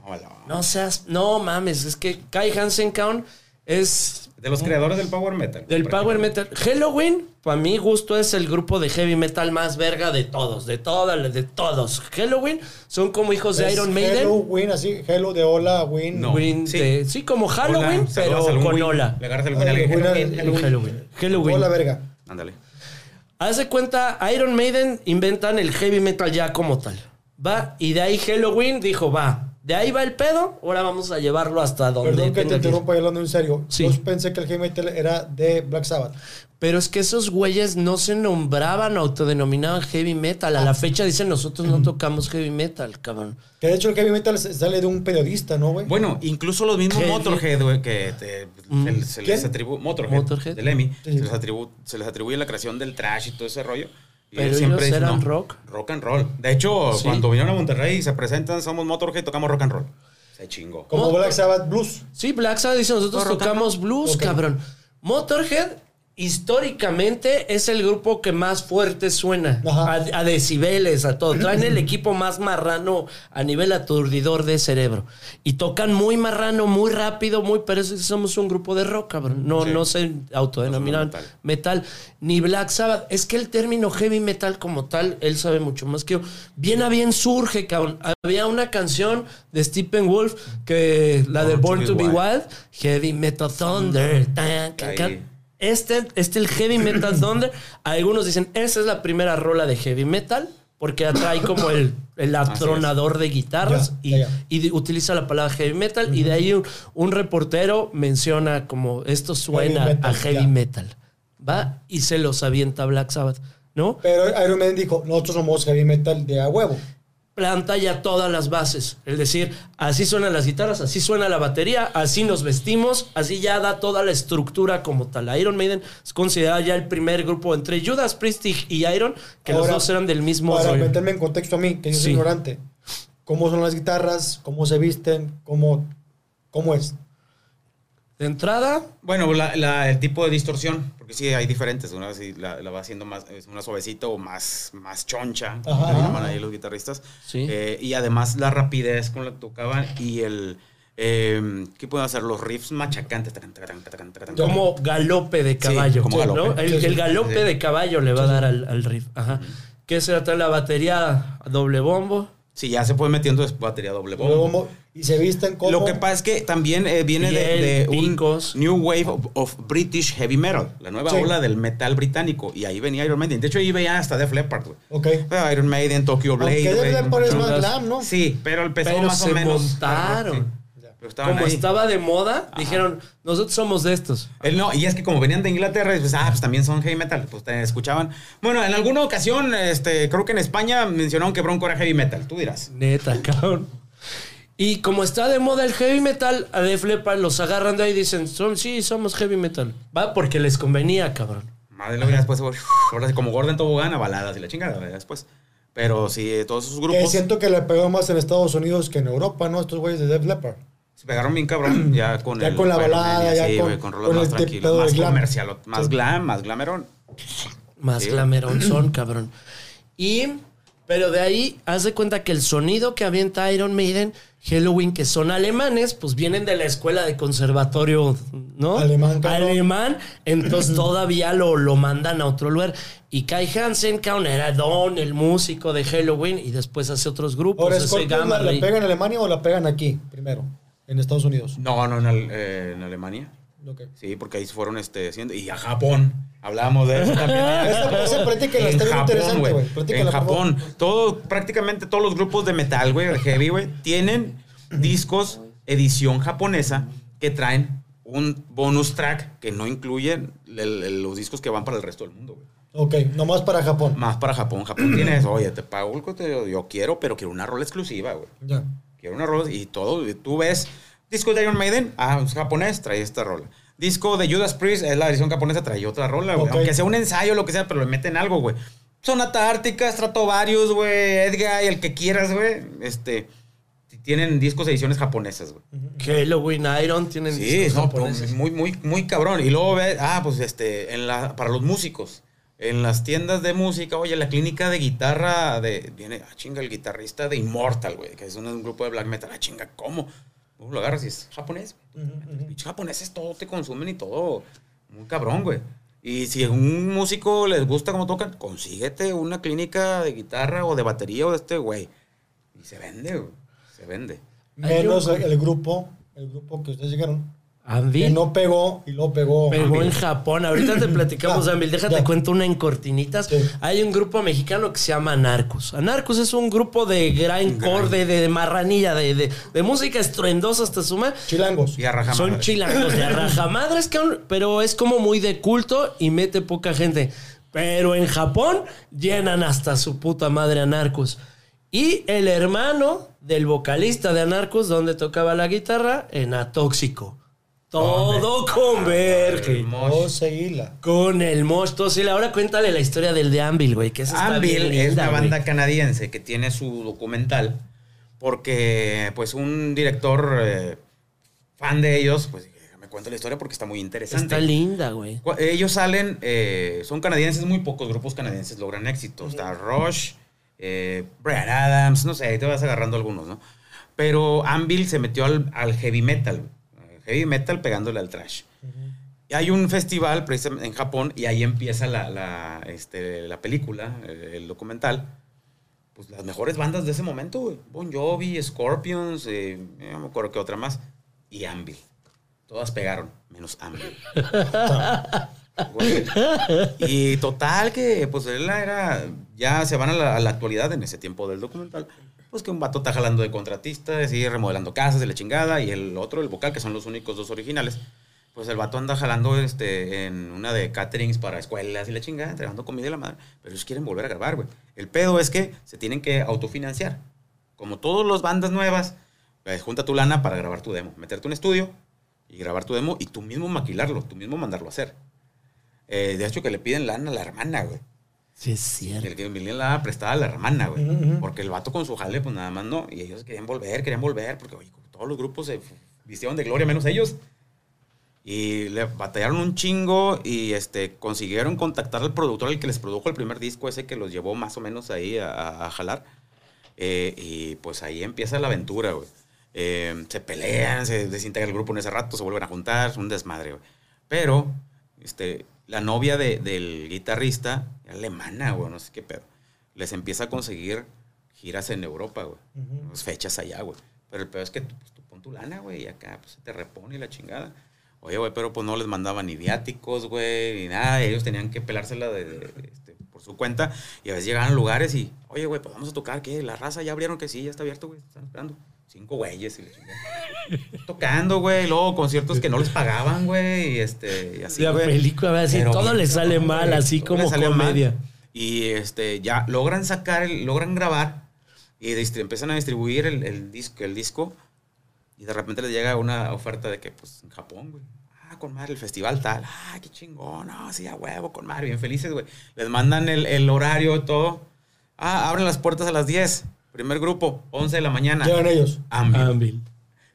S4: Hola.
S2: No seas, no mames, es que Kai Hansen Count es
S4: De los creadores del Power Metal.
S2: del
S4: Por
S2: power
S4: ejemplo.
S2: metal. Halloween, para mi gusto es el grupo de heavy metal más verga de todos, de todas, de todos. Halloween son como hijos de
S3: Es
S2: Iron Maiden.
S3: Hello, Win, así. Hello de hola, Win.
S4: No.
S2: Green
S4: sí.
S2: de- sí, como Halloween,
S4: Hola, saludas al
S2: pero con
S4: Win.
S2: Ola.
S4: Le agarras el
S3: Ay,
S4: Win, le
S3: Win,
S4: dices,
S3: al-
S4: "Win,
S3: el Win.
S2: Halloween. Halloween.
S3: Hola, verga.
S4: Ándale.
S2: Haz de cuenta, Iron Maiden inventan el heavy metal ya como tal. Va, y de ahí Halloween dijo, va, de ahí va el pedo, ahora vamos a llevarlo hasta donde
S3: Perdón que te
S2: tenga ir.
S3: interrumpa y hablando en serio.
S2: Sí.
S3: Yo pensé que el heavy metal era de Black Sabbath.
S2: Pero es que esos güeyes no se nombraban, autodenominaban heavy metal. A la fecha dicen, nosotros no tocamos heavy metal, cabrón.
S3: Que de hecho el heavy metal se- sale de un periodista, ¿no, güey?
S4: Bueno, incluso los mismos
S2: ¿Qué?
S4: Motorhead, güey, que te- se, se les
S3: ¿Quién?
S4: atribuye. Motorhead.
S2: Mm. Motorhead.
S4: Del EMI.
S3: Sí.
S4: Se, les atribu- se les atribuye la creación del trash y todo ese rollo. Y
S2: Pero
S4: ellos
S2: ellos
S4: dicen,
S2: eran rock.
S4: Rock and roll. De hecho,
S2: Sí.
S4: cuando vinieron a Monterrey y se presentan, somos Motorhead y tocamos rock and roll. Se chingó.
S3: Como
S2: Motor-
S3: Black Sabbath Blues.
S2: Sí, Black Sabbath dice, nosotros tocamos blues,
S3: Ok.
S2: cabrón. Motorhead, históricamente, es el grupo que más fuerte suena.
S3: Ajá.
S2: A, a decibeles, a todo. Traen el equipo más marrano a nivel aturdidor de cerebro. Y tocan muy marrano, muy rápido, muy... Pero eso sí somos un grupo de rock, cabrón. No,
S4: Sí.
S2: no se autodenominaban
S4: No somos
S2: metal. Ni Black Sabbath. Es que el término heavy metal como tal, él sabe mucho más que yo. Bien a bien surge, cabrón. Había una canción de Stephen Wolf que la de Born to be Wild, Heavy Metal Thunder. tan, can,
S4: Ahí.
S2: can. Este, este el heavy metal thunder. Algunos dicen, esa es la primera rola de heavy metal. Porque atrae como el, el atronador de guitarras
S3: Ya, ya,
S2: y-
S3: ya.
S2: y, de- utiliza la palabra heavy metal. Y de ahí un, un reportero menciona como esto suena
S3: Heavy metal,
S2: a heavy
S3: ya.
S2: metal. ¿Va? Y se los avienta Black Sabbath, ¿no?
S3: Pero Iron Man dijo, nosotros somos heavy metal de a huevo.
S2: planta ya todas las bases. Es decir, así suenan las guitarras, así suena la batería, así nos vestimos, así ya da toda la estructura como tal. Iron Maiden es considerada ya el primer grupo entre Judas Priest y- y Iron, que
S3: Ahora,
S2: los dos eran del mismo
S3: Para
S2: rollo.
S3: meterme en contexto a mí, que yo soy
S2: Sí.
S3: ignorante. ¿Cómo son las guitarras? ¿Cómo se visten? ¿Cómo, cómo es?
S2: De entrada,
S4: Bueno, la- la- el tipo de distorsión, porque sí hay diferentes. Una sí la, la va haciendo más, es una suavecita o más, más choncha, como
S3: Ajá.
S4: le llaman ahí los guitarristas.
S2: Sí.
S4: Eh, y además la rapidez con la que tocaban y el. eh, ¿Qué pueden hacer? Los riffs machacantes. tacan, tacan, tacan, tacan, tacan.
S2: como galope de caballo.
S4: como
S2: ¿no?
S4: galope.
S2: El,
S3: Sí, sí.
S2: el galope
S4: Sí.
S2: de caballo le va a dar al, al riff. Ajá. ¿Qué será tal la batería a doble bombo?
S4: Sí, ya se fue metiendo es batería doble bomba.
S3: Luego, ¿cómo- y se visten como...
S4: Lo que pasa es que también eh, viene de, de
S2: Piel,
S4: un
S2: picos.
S4: New Wave of, of British Heavy Metal, la nueva
S3: Sí.
S4: ola del metal británico. Y ahí venía Iron Maiden. De hecho, ahí veía hasta Def Leppard, güey.
S3: Ok.
S4: Ah, Iron Maiden, Tokyo Blade.
S3: Aunque
S4: güey.
S3: Def Leppard es más
S2: Judas.
S3: glam, ¿no?
S4: Sí, pero empezó
S2: Pero
S4: más
S2: se
S4: o menos.
S2: montaron.
S4: Sí.
S3: Ya.
S4: Pero estaban
S2: Como
S4: ahí.
S2: estaba de moda, dijeron, nosotros somos de estos.
S4: Eh, no, y es que como venían de Inglaterra, pues, ah, pues también son heavy metal, pues te escuchaban. Bueno, en alguna ocasión, este, creo que en España mencionaron que Bronco era heavy metal, tú dirás.
S2: Neta, cabrón. Y como está de moda el heavy metal, a Def Leppard los agarran de ahí y dicen, "Son- sí, somos heavy metal. Va porque les convenía, cabrón.
S4: Madre mía, después se volvió- ahora sí, como Gordon Tobogán, a baladas y la chingada, ¿verdad? después. Pero sí, eh, todos esos
S3: Que
S4: grupos
S3: siento que le pegó más en Estados Unidos que en Europa, ¿no? Estos güeyes de Def Leppard.
S4: se pegaron bien cabrón, ya con
S3: Ya
S4: el...
S3: con la
S4: Iron Man,
S3: balada, ya
S4: sí,
S3: con-
S4: güey, con rolas
S3: con
S4: más
S3: este
S4: tranquilas,
S3: pedo de
S4: más
S3: glam.
S4: comercial, más
S3: Sí.
S4: glam, más glamerón.
S2: Más
S4: Sí.
S2: glamerón son, cabrón. Y, pero de ahí, haz de cuenta que el sonido que avienta Iron Maiden, Halloween, que son alemanes, pues vienen de la escuela de conservatorio, ¿no?
S3: Alemán, cabrón.
S2: Alemán, entonces todavía lo, lo mandan a otro lugar. Y Kai Hansen, cabrón, era Don, el músico de Halloween, y después hace otros grupos.
S3: Ahora,
S2: hace
S3: Scorpion, ¿la,
S2: Gamma
S3: la
S2: Ray.
S3: pegan en Alemania o la pegan aquí primero? En Estados Unidos.
S4: No, no, en, al- eh, en Alemania.
S3: Ok.
S4: Sí, porque ahí se fueron este, haciendo. Y a Japón. Hablábamos de eso también.
S3: Esa- esa platícala, está bien interesante, güey. Platícala,
S4: En
S3: por favor.
S4: Japón. Todo, prácticamente todos los grupos de metal, güey, de heavy, güey, tienen discos edición japonesa que traen un bonus track que no incluyen el- el- los discos que van para el resto del mundo, güey.
S3: Ok, nomás para Japón.
S4: Más para Japón. Japón tiene eso. Oye, te pago el contenido. Yo quiero, pero quiero una rola exclusiva, güey.
S3: Ya.
S4: Quiero una rola y todo. y Tú ves disco de Iron Maiden, ah, es japonés, trae esta rola. Disco de Judas Priest, es la edición japonesa, trae otra rola, güey.
S3: Ok.
S4: Aunque sea un ensayo, lo que sea, pero le meten algo, güey. Sonata Ártica, Stratovarius, güey, Edgar, el que quieras, güey. Este, tienen discos ediciones japonesas, güey.
S2: Halloween, Iron, tienen
S4: Sí,
S2: discos
S4: no, pero
S2: japoneses.
S4: muy, muy, muy cabrón. Y luego ves, ah, pues este, en la, para los músicos, en las tiendas de música, oye, la clínica de guitarra de, viene, ah, chinga, el guitarrista de Immortal, güey, que es un, un grupo de black metal, ah, chinga, ¿cómo? Uh, lo agarras y es japonés. güey. Los pinches japoneses todo te consumen y todo. Muy cabrón, güey. Y si a un músico les gusta cómo tocan, consíguete una clínica de guitarra o de batería o de este, güey. Y se vende, güey. Se vende.
S3: Menos el, el grupo, el grupo que ustedes llegaron.
S2: Anvil.
S3: Que no pegó y lo pegó.
S2: Pegó en Japón. Ahorita te platicamos,
S3: Ya,
S2: Amil. Déjate
S3: ya.
S2: cuento una en cortinitas.
S3: Sí.
S2: Hay un grupo mexicano que se llama Anarcos. Anarcos es un grupo de gran corde, de, de marranilla, de, de- de música estruendosa hasta suma.
S3: Chilangos.
S4: Y arrajamos.
S2: Son chilangos de rajamadres, cabrón, pero es como muy de culto y mete poca gente. Pero en Japón llenan hasta su puta madre Anarcos. Y el hermano del vocalista de Anarcos, donde tocaba la guitarra, en Atóxico. Todo converge.
S3: No se hila.
S2: Con el mosto, sí. Ahora cuéntale la historia del de Anvil, güey. Que esa está bien
S4: Anvil Ah, es
S2: linda,
S4: una
S2: güey.
S4: banda canadiense que tiene su documental porque pues un director eh, fan de ellos, pues me cuento la historia porque está muy interesante.
S2: Está linda, güey.
S4: Cu- Ellos salen, eh, son canadienses, muy pocos grupos canadienses logran éxito. Está Rush, eh, Brian Adams, no sé, ahí te vas agarrando algunos, ¿no? Pero Anvil se metió al, al heavy metal, al heavy metal pegándole al trash. Y Hay un festival precisamente en Japón y ahí empieza la, la, este, la película, el, el documental. Pues las mejores bandas de ese momento, güey. Bon Jovi, Scorpions, eh, no me acuerdo qué otra más. Y Anvil. Todas pegaron, menos Anvil. Güey. Y total que, pues él era, ya se van a la, a la actualidad en ese tiempo del documental, pues que un vato está jalando de contratistas y remodelando casas de la chingada y el otro, el vocal, que son los únicos dos originales, pues el vato anda jalando este, en una de caterings para escuelas y la chingada, entregando comida y la madre, pero ellos quieren volver a grabar, güey. El pedo es que se tienen que autofinanciar. Como todas las bandas nuevas, eh, junta tu lana para grabar tu demo, meterte un estudio y grabar tu demo y tú mismo maquilarlo, tú mismo mandarlo a hacer. Eh, de hecho, que le piden lana a la hermana, güey.
S5: Sí, es cierto.
S4: El que le la prestada a la hermana, güey. Porque el vato con su jale, pues nada más no. Y ellos querían volver, querían volver, porque oye, como todos los grupos se f- vistieron de gloria, menos ellos. Y le batallaron un chingo y este, consiguieron contactar al productor, el que les produjo el primer disco, ese que los llevó más o menos ahí a- a, a jalar. Eh, y pues ahí empieza la aventura, güey. Eh, se pelean, se desintegra el grupo en ese rato, se vuelven a juntar, es un desmadre, güey. Pero, este, la novia de- del guitarrista, era alemana, güey, no sé qué pedo, les empieza a conseguir giras en Europa, güey. Pues, Fechas allá, güey. Pero el pedo es que tú, pues, tú pon tu lana, güey, y acá pues, se te repone y la chingada. Oye, güey, pero pues no les mandaban ni viáticos, güey, ni nada. Ellos tenían que pelársela de, de- de, este, por su cuenta. Y a veces llegaban a lugares y, oye, güey, pues vamos a tocar, ¿qué? La raza ya abrieron que sí, ya está abierto, güey, están esperando. Cinco güeyes y la chingada. Tocando, güey, luego conciertos que no les pagaban, güey, y este, y así,
S2: la
S4: güey.
S2: película, ¿verdad? Así,
S4: Pero
S2: todo
S4: bien,
S2: le sale
S4: cabrón,
S2: mal,
S4: güey,
S2: así
S4: todo
S2: como
S4: le sale mal.
S2: comedia.
S4: Y este, ya logran sacar, el- logran grabar y distri- empiezan a distribuir el, el disco, el disco. Y de repente les llega una oferta de que, pues, en Japón, güey. Ah, con madre, el festival tal. Ah, qué chingón. No, sí, a huevo, con madre. Bien felices, güey. Les mandan el, el horario, todo. Ah, abren las puertas a las 10. Primer grupo, 11 de la mañana.
S3: Llegan ellos.
S4: Ambi.
S2: Anvil.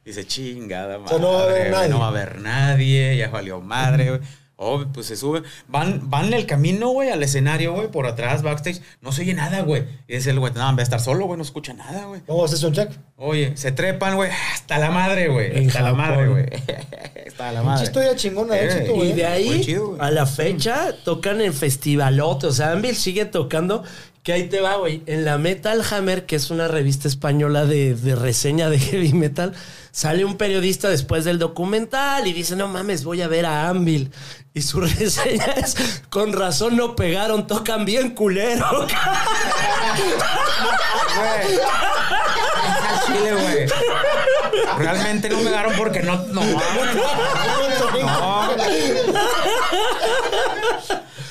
S4: Dice, chingada
S3: sea,
S4: madre.
S3: no va a haber
S4: güey,
S3: nadie.
S4: no va a haber nadie, ya valió madre, güey. Oh, pues se sube. Van, van en el camino, güey, al escenario, güey, por atrás, backstage. No se oye nada, güey. Y dice el güey, no, en vez de estar solo, güey, no escucha nada, güey.
S3: Vamos a hacer un check.
S4: Oye, se trepan, güey, hasta la madre, güey.
S2: En
S4: Hasta la
S2: Japón.
S4: madre, güey. Hasta la madre.
S3: Pinche historia chingona de
S4: Eh,
S3: éxito,
S2: Y
S3: güey.
S2: de ahí
S4: Muy chido, güey.
S2: a la fecha tocan en festivalote. O sea, Anvil sigue tocando. Que ahí te va, güey. En la Metal Hammer, que es una revista española de, de reseña de heavy metal, sale un periodista después del documental y dice: No mames, voy a ver a Anvil. Y su reseña es: Con razón no pegaron, tocan bien culero.
S4: Güey. Al Chile, güey. Realmente no me dieron porque no. No, no, no.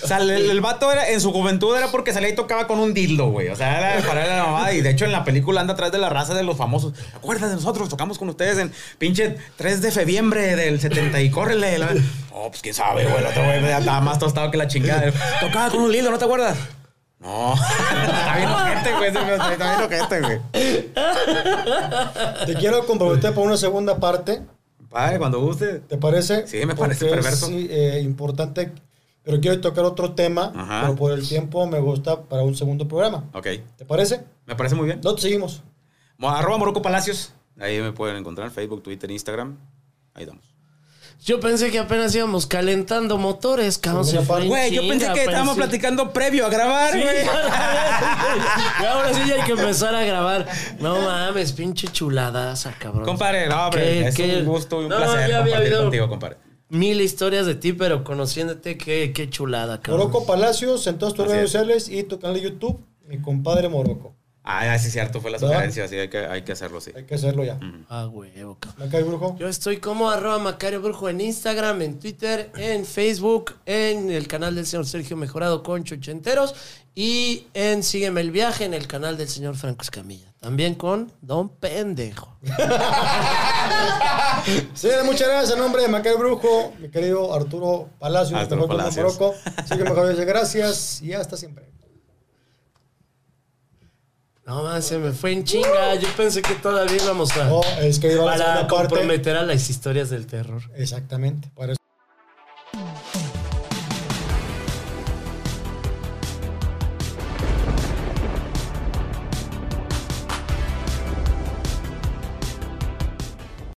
S4: O sea, el, el vato era, en su juventud era porque salía y tocaba con un dildo, güey. O sea, era para él la mamada. Y de hecho, en la película anda atrás de la raza de los famosos. ¿Te acuerdas de nosotros? Tocamos con ustedes en pinche 3 de febrero del 70 y córrele. La- Oh, pues quién sabe, güey. El otro güey ya estaba más tostado que la chingada. Tocaba con un dildo, ¿no te acuerdas? No. está bien ojete, güey. ese güey, Está bien ojete, güey.
S3: Te quiero comprometer por una segunda parte.
S4: Padre, cuando guste.
S3: ¿Te parece?
S4: Sí, me parece
S3: Porque es,
S4: perverso.
S3: sí, eh, importante, pero quiero tocar otro tema,
S4: Ajá.
S3: pero por el tiempo me gusta para un segundo programa.
S4: Ok.
S3: ¿Te parece?
S4: Me parece muy bien.
S3: No te seguimos.
S4: Mo- Arroba Morocco Palacios. Ahí me pueden encontrar en Facebook, Twitter, Instagram. Ahí damos.
S2: Yo pensé que apenas íbamos calentando motores, cabrón. se
S3: Segunda
S2: fue en
S4: Güey, yo
S2: chinga,
S4: pensé que estábamos
S2: pensé-
S4: platicando previo a grabar,
S2: Sí,
S4: güey.
S2: Y ahora sí ya hay que empezar a grabar. No mames, pinche chuladaza, cabrón.
S4: Compadre, no, hombre.
S2: ¿Qué-
S4: es
S2: qué?
S4: un gusto y un
S2: No,
S4: placer
S2: ya había
S4: compartir
S2: habido-
S4: contigo, compadre.
S2: Mil historias de ti, pero conociéndote, qué, qué chulada, cabrón.
S3: Morocco Palacios en todas tus
S4: Así
S3: redes
S4: es.
S3: sociales y tu canal de YouTube, mi compadre Morocco.
S4: Ah, sí, cierto, fue la
S3: ¿Verdad?
S4: sugerencia. Sí, hay que, hay que hacerlo, sí.
S3: Hay que hacerlo
S4: Mm.
S3: ya.
S2: Ah, huevo, cabrón.
S3: ¿Me cae, brujo?
S2: Yo estoy como arroba Macario Brujo en Instagram, en Twitter, en Facebook, en el canal del señor Sergio Mejorado con Chochenteros y en Sígueme el Viaje en el canal del señor Franco Escamilla. También con Don Pendejo.
S3: Señores, muchas gracias en nombre de Macael Brujo, mi querido Arturo Palacios,
S4: Arturo
S3: Arturo Palacios.
S4: Palacios.
S3: Morocco. Así que mejor dice gracias y hasta siempre.
S2: No, man, se me fue en chinga. Yo pensé que todavía íbamos a...
S3: Oh. No, es que iba a la
S2: para
S3: segunda parte.
S2: comprometer a las historias del terror.
S3: Exactamente, para